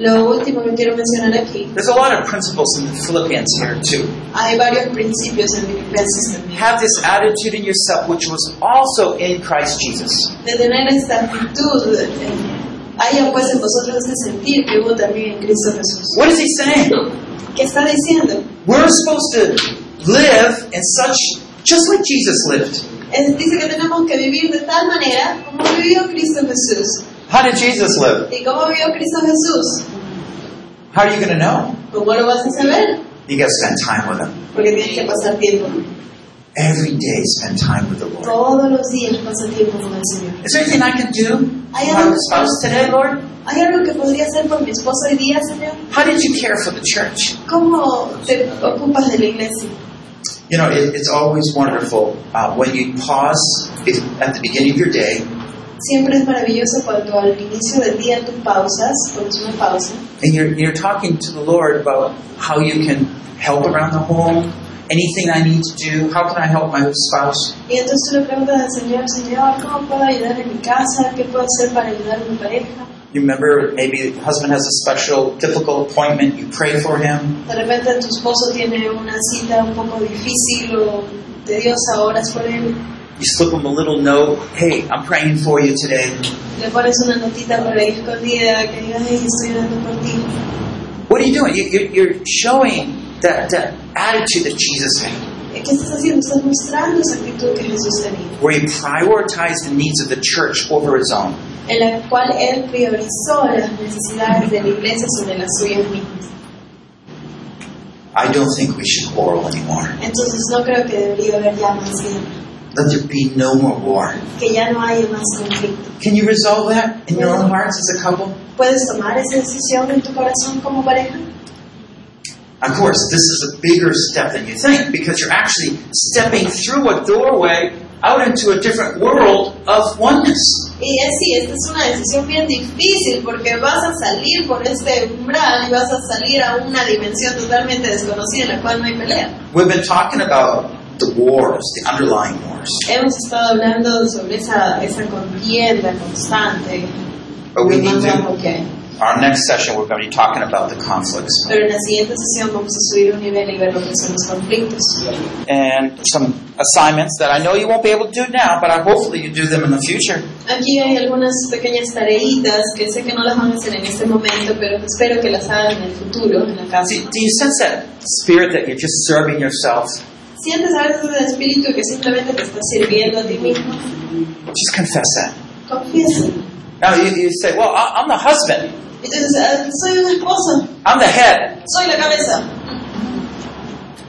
Lo último que quiero mencionar aquí, There's a lot of principles in Philippians here too. hay varios principios en Filipenses también. Have this attitude in yourself, which was also in Christ Jesus. De tener esta actitud, eh, haya pues en vosotros este sentir que hubo también en Cristo Jesús. What is he saying? ¿Qué está diciendo? We're supposed to live in such just like Jesus lived. Es- dice que tenemos que vivir de tal manera como vivió Cristo Jesús. How did Jesus live? ¿Y cómo vivió Cristo Jesús? How are you going to know? ¿Cómo lo vas a saber? You got to spend time with him. Porque tienes que pasar tiempo. Every day, spend time with the Lord. Todos los días pasa tiempo con el Señor. Is there anything I can do I for my am- spouse today, Lord? ¿Hay algo que podría hacer por mi esposo hoy día, Señor? How did you care for the church? ¿Cómo te ocupas de la iglesia? You know, it, it's always wonderful uh, when you pause it- at the beginning of your day Siempre es maravilloso cuando al inicio del día tú pausas, pones una pausa, and you're, you're talking to the Lord about how you can help around the home, anything I need to do, how can I help my spouse? y entonces tú le preguntas al Señor, Señor, ¿cómo puedo ayudar en mi casa? ¿Qué puedo hacer para ayudar a mi pareja? You remember maybe the husband has a special, difficult appointment, you pray for him. De repente tu esposo tiene una cita un poco difícil o tediosa, oras por él, You slip him a little note, hey, I'm praying for you today. le pones una notita por ahí escondida que diga, ay, estoy orando por ti. What are you doing? You, you're, you're showing that, that attitude that Jesus had, Eh, ¿Qué estás haciendo? Estás mostrando esa actitud que Jesús tenía, where he prioritized the needs of the church over his own. en la cual él priorizó las necesidades de la iglesia sobre las suyas mismas. I don't think we should quarrel anymore. Entonces no creo que debería haber ya más guerra, Let there be no more war. que ya no haya más conflicto. Can you resolve that in your own hearts as a couple? ¿Puedes tomar esa decisión en tu corazón como pareja? Of course, this is a bigger step than you think because you're actually stepping through a doorway out into a different world of oneness. Y es sí, esta es una decisión bien difícil porque vas a salir por este umbral y vas a salir a una dimensión totalmente desconocida en la cual no hay pelea. We've been talking about the wars, the underlying wars, Hemos estado hablando sobre esa, esa contienda constante. but we need Mamá, to. ok. Our next session, we're going to be talking about the conflicts. Pero en la siguiente sesión vamos a subir un nivel y ver lo que son los conflictos. and some assignments that I know you won't be able to do now, but I hopefully you do them in the future. Aquí hay algunas pequeñas tareitas que sé que no las van a hacer en este momento, pero que espero que las hagan en el futuro, en la casa. See, do you sense that spirit that you're just serving yourself? Sientes a veces el espíritu que simplemente te está sirviendo a ti mismo. Just confess that. Confiesa. Now you, you say, "Well, I- I'm the husband. Entonces, ah, soy un esposo, I'm the head." soy la cabeza.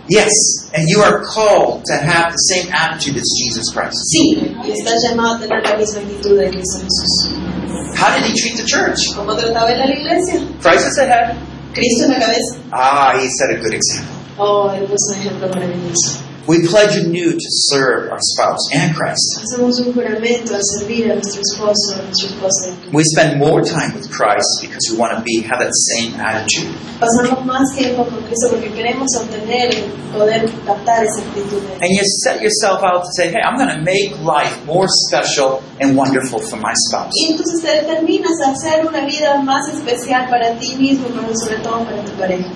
Yes, and you are called to have the same attitude as Jesus Christ. Sí, y estás llamado a tener la misma actitud de Cristo Jesús. How did he treat the church? ¿Cómo trataba él a la iglesia? Christ is the head. Cristo en la cabeza. Ah, he set a good example. Oh, él puso un ejemplo maravilloso. We pledge anew to serve our spouse and Christ. Hacemos un juramento al servir a nuestro esposo, a nuestra esposa. We spend more time with Christ because we want to be have that same attitude. Pasamos más tiempo con Cristo porque queremos obtener, poder captar esa actitud de él. And you set yourself out to say, hey, I'm going to make life more special and wonderful for my spouse. Y entonces te determinas a hacer una vida más especial para ti mismo, pero sobre todo para tu pareja.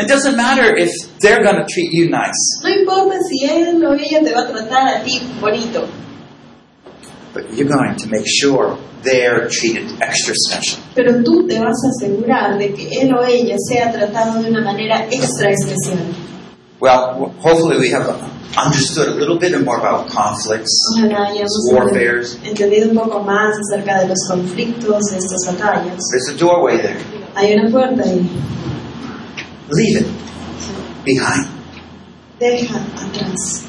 It doesn't matter if they're going to treat you nice. No importa si él o ella te va a tratar a ti bonito. but you're going to make sure they're treated extra special. Pero tú te vas a asegurar de que él o ella sea tratado de una manera extra especial. Well, w- hopefully we have understood a little bit more about conflicts, Ojalá hayamos warfares. entendido un poco más acerca de los conflictos, de estas batallas. There's a doorway there. Hay una puerta ahí. Leave it behind. Deja atrás.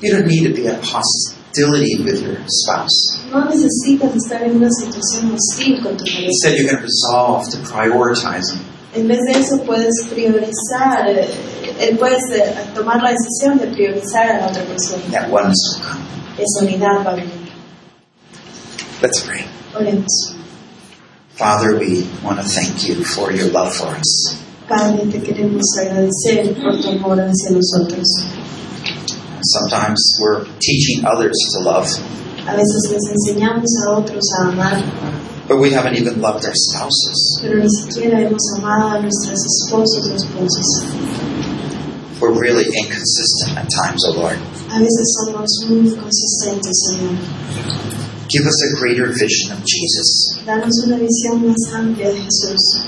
You don't need to be at hostility with your spouse. No necesitas estar en una situación hostil con tu pareja. Instead, you're going to resolve to prioritize them. En vez de eso puedes priorizar, eh, eh, puedes eh, tomar la decisión de priorizar a la otra persona. That oneness will come. Esa unidad va a venir. Let's pray. Oremos. Father, we want to thank you for your love for us. Padre, te queremos agradecer por tu amor hacia nosotros. Sometimes we're teaching others to love, A veces les enseñamos a otros a amar, but we haven't even loved our spouses. pero ni siquiera hemos amado a nuestros esposos o esposas. We're really inconsistent at times, O Lord. A veces somos muy inconsistentes, Señor. Give us a greater vision of Jesus Danos una visión más amplia de Jesús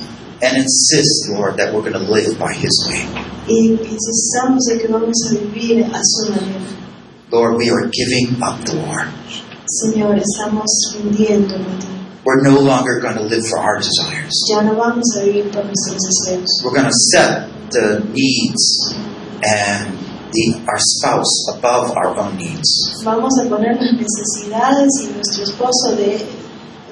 and insist, Lord, that we're going to live by His way. y insistamos en que vamos a vivir a su manera. Lord, we are giving up the war. Señor, estamos rindiéndonos. We're no longer going to live for our desires. Ya no vamos a vivir por nuestros deseos. We're going to set the needs and the, our spouse above our own needs. Vamos a poner las necesidades y nuestro esposo de,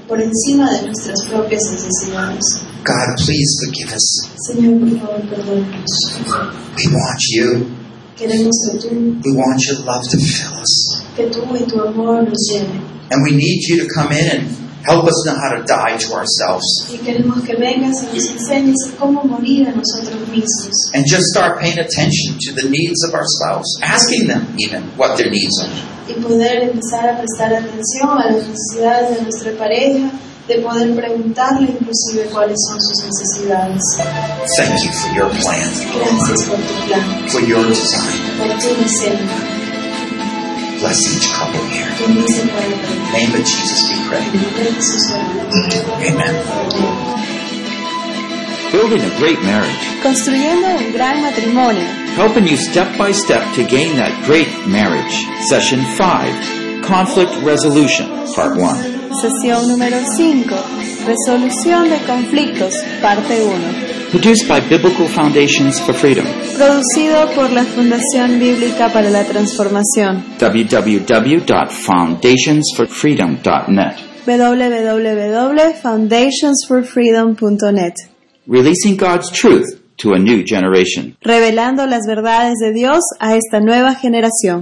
por encima de nuestras propias necesidades. God, please forgive us. Señor, por favor, perdónanos. We want you. Queremos que tú, We want your love to fill us. que tú y tu amor nos llenen. And we need you to come in and help us know how to die to ourselves. Y queremos que vengas y nos enseñes cómo morir a nosotros mismos. And just start paying attention to the needs of our spouse, asking them even what their needs are. Y poder empezar a prestar atención a las necesidades de nuestra pareja, de poder preguntarle inclusive cuáles son sus necesidades. Thank you for your plan, Gracias por tu plan, for your design. por tu diseño. Bless each couple here. Bendice para ti. In the name of Jesus, we pray. En el nombre de Jesús, amén. Amen. Amén. Building a great marriage, Construyendo un gran matrimonio. helping you step by step to gain that great marriage. Session 5 Conflict Resolution, Part 1. Sesión número 5. Resolución de conflictos, parte 1. Produced by Biblical Foundations for Freedom, Producido por la Fundación Bíblica para la Transformación. www.foundationsforfreedom.net. www.foundationsforfreedom.net. Releasing God's truth to a new generation. Revelando las verdades de Dios a esta nueva generación.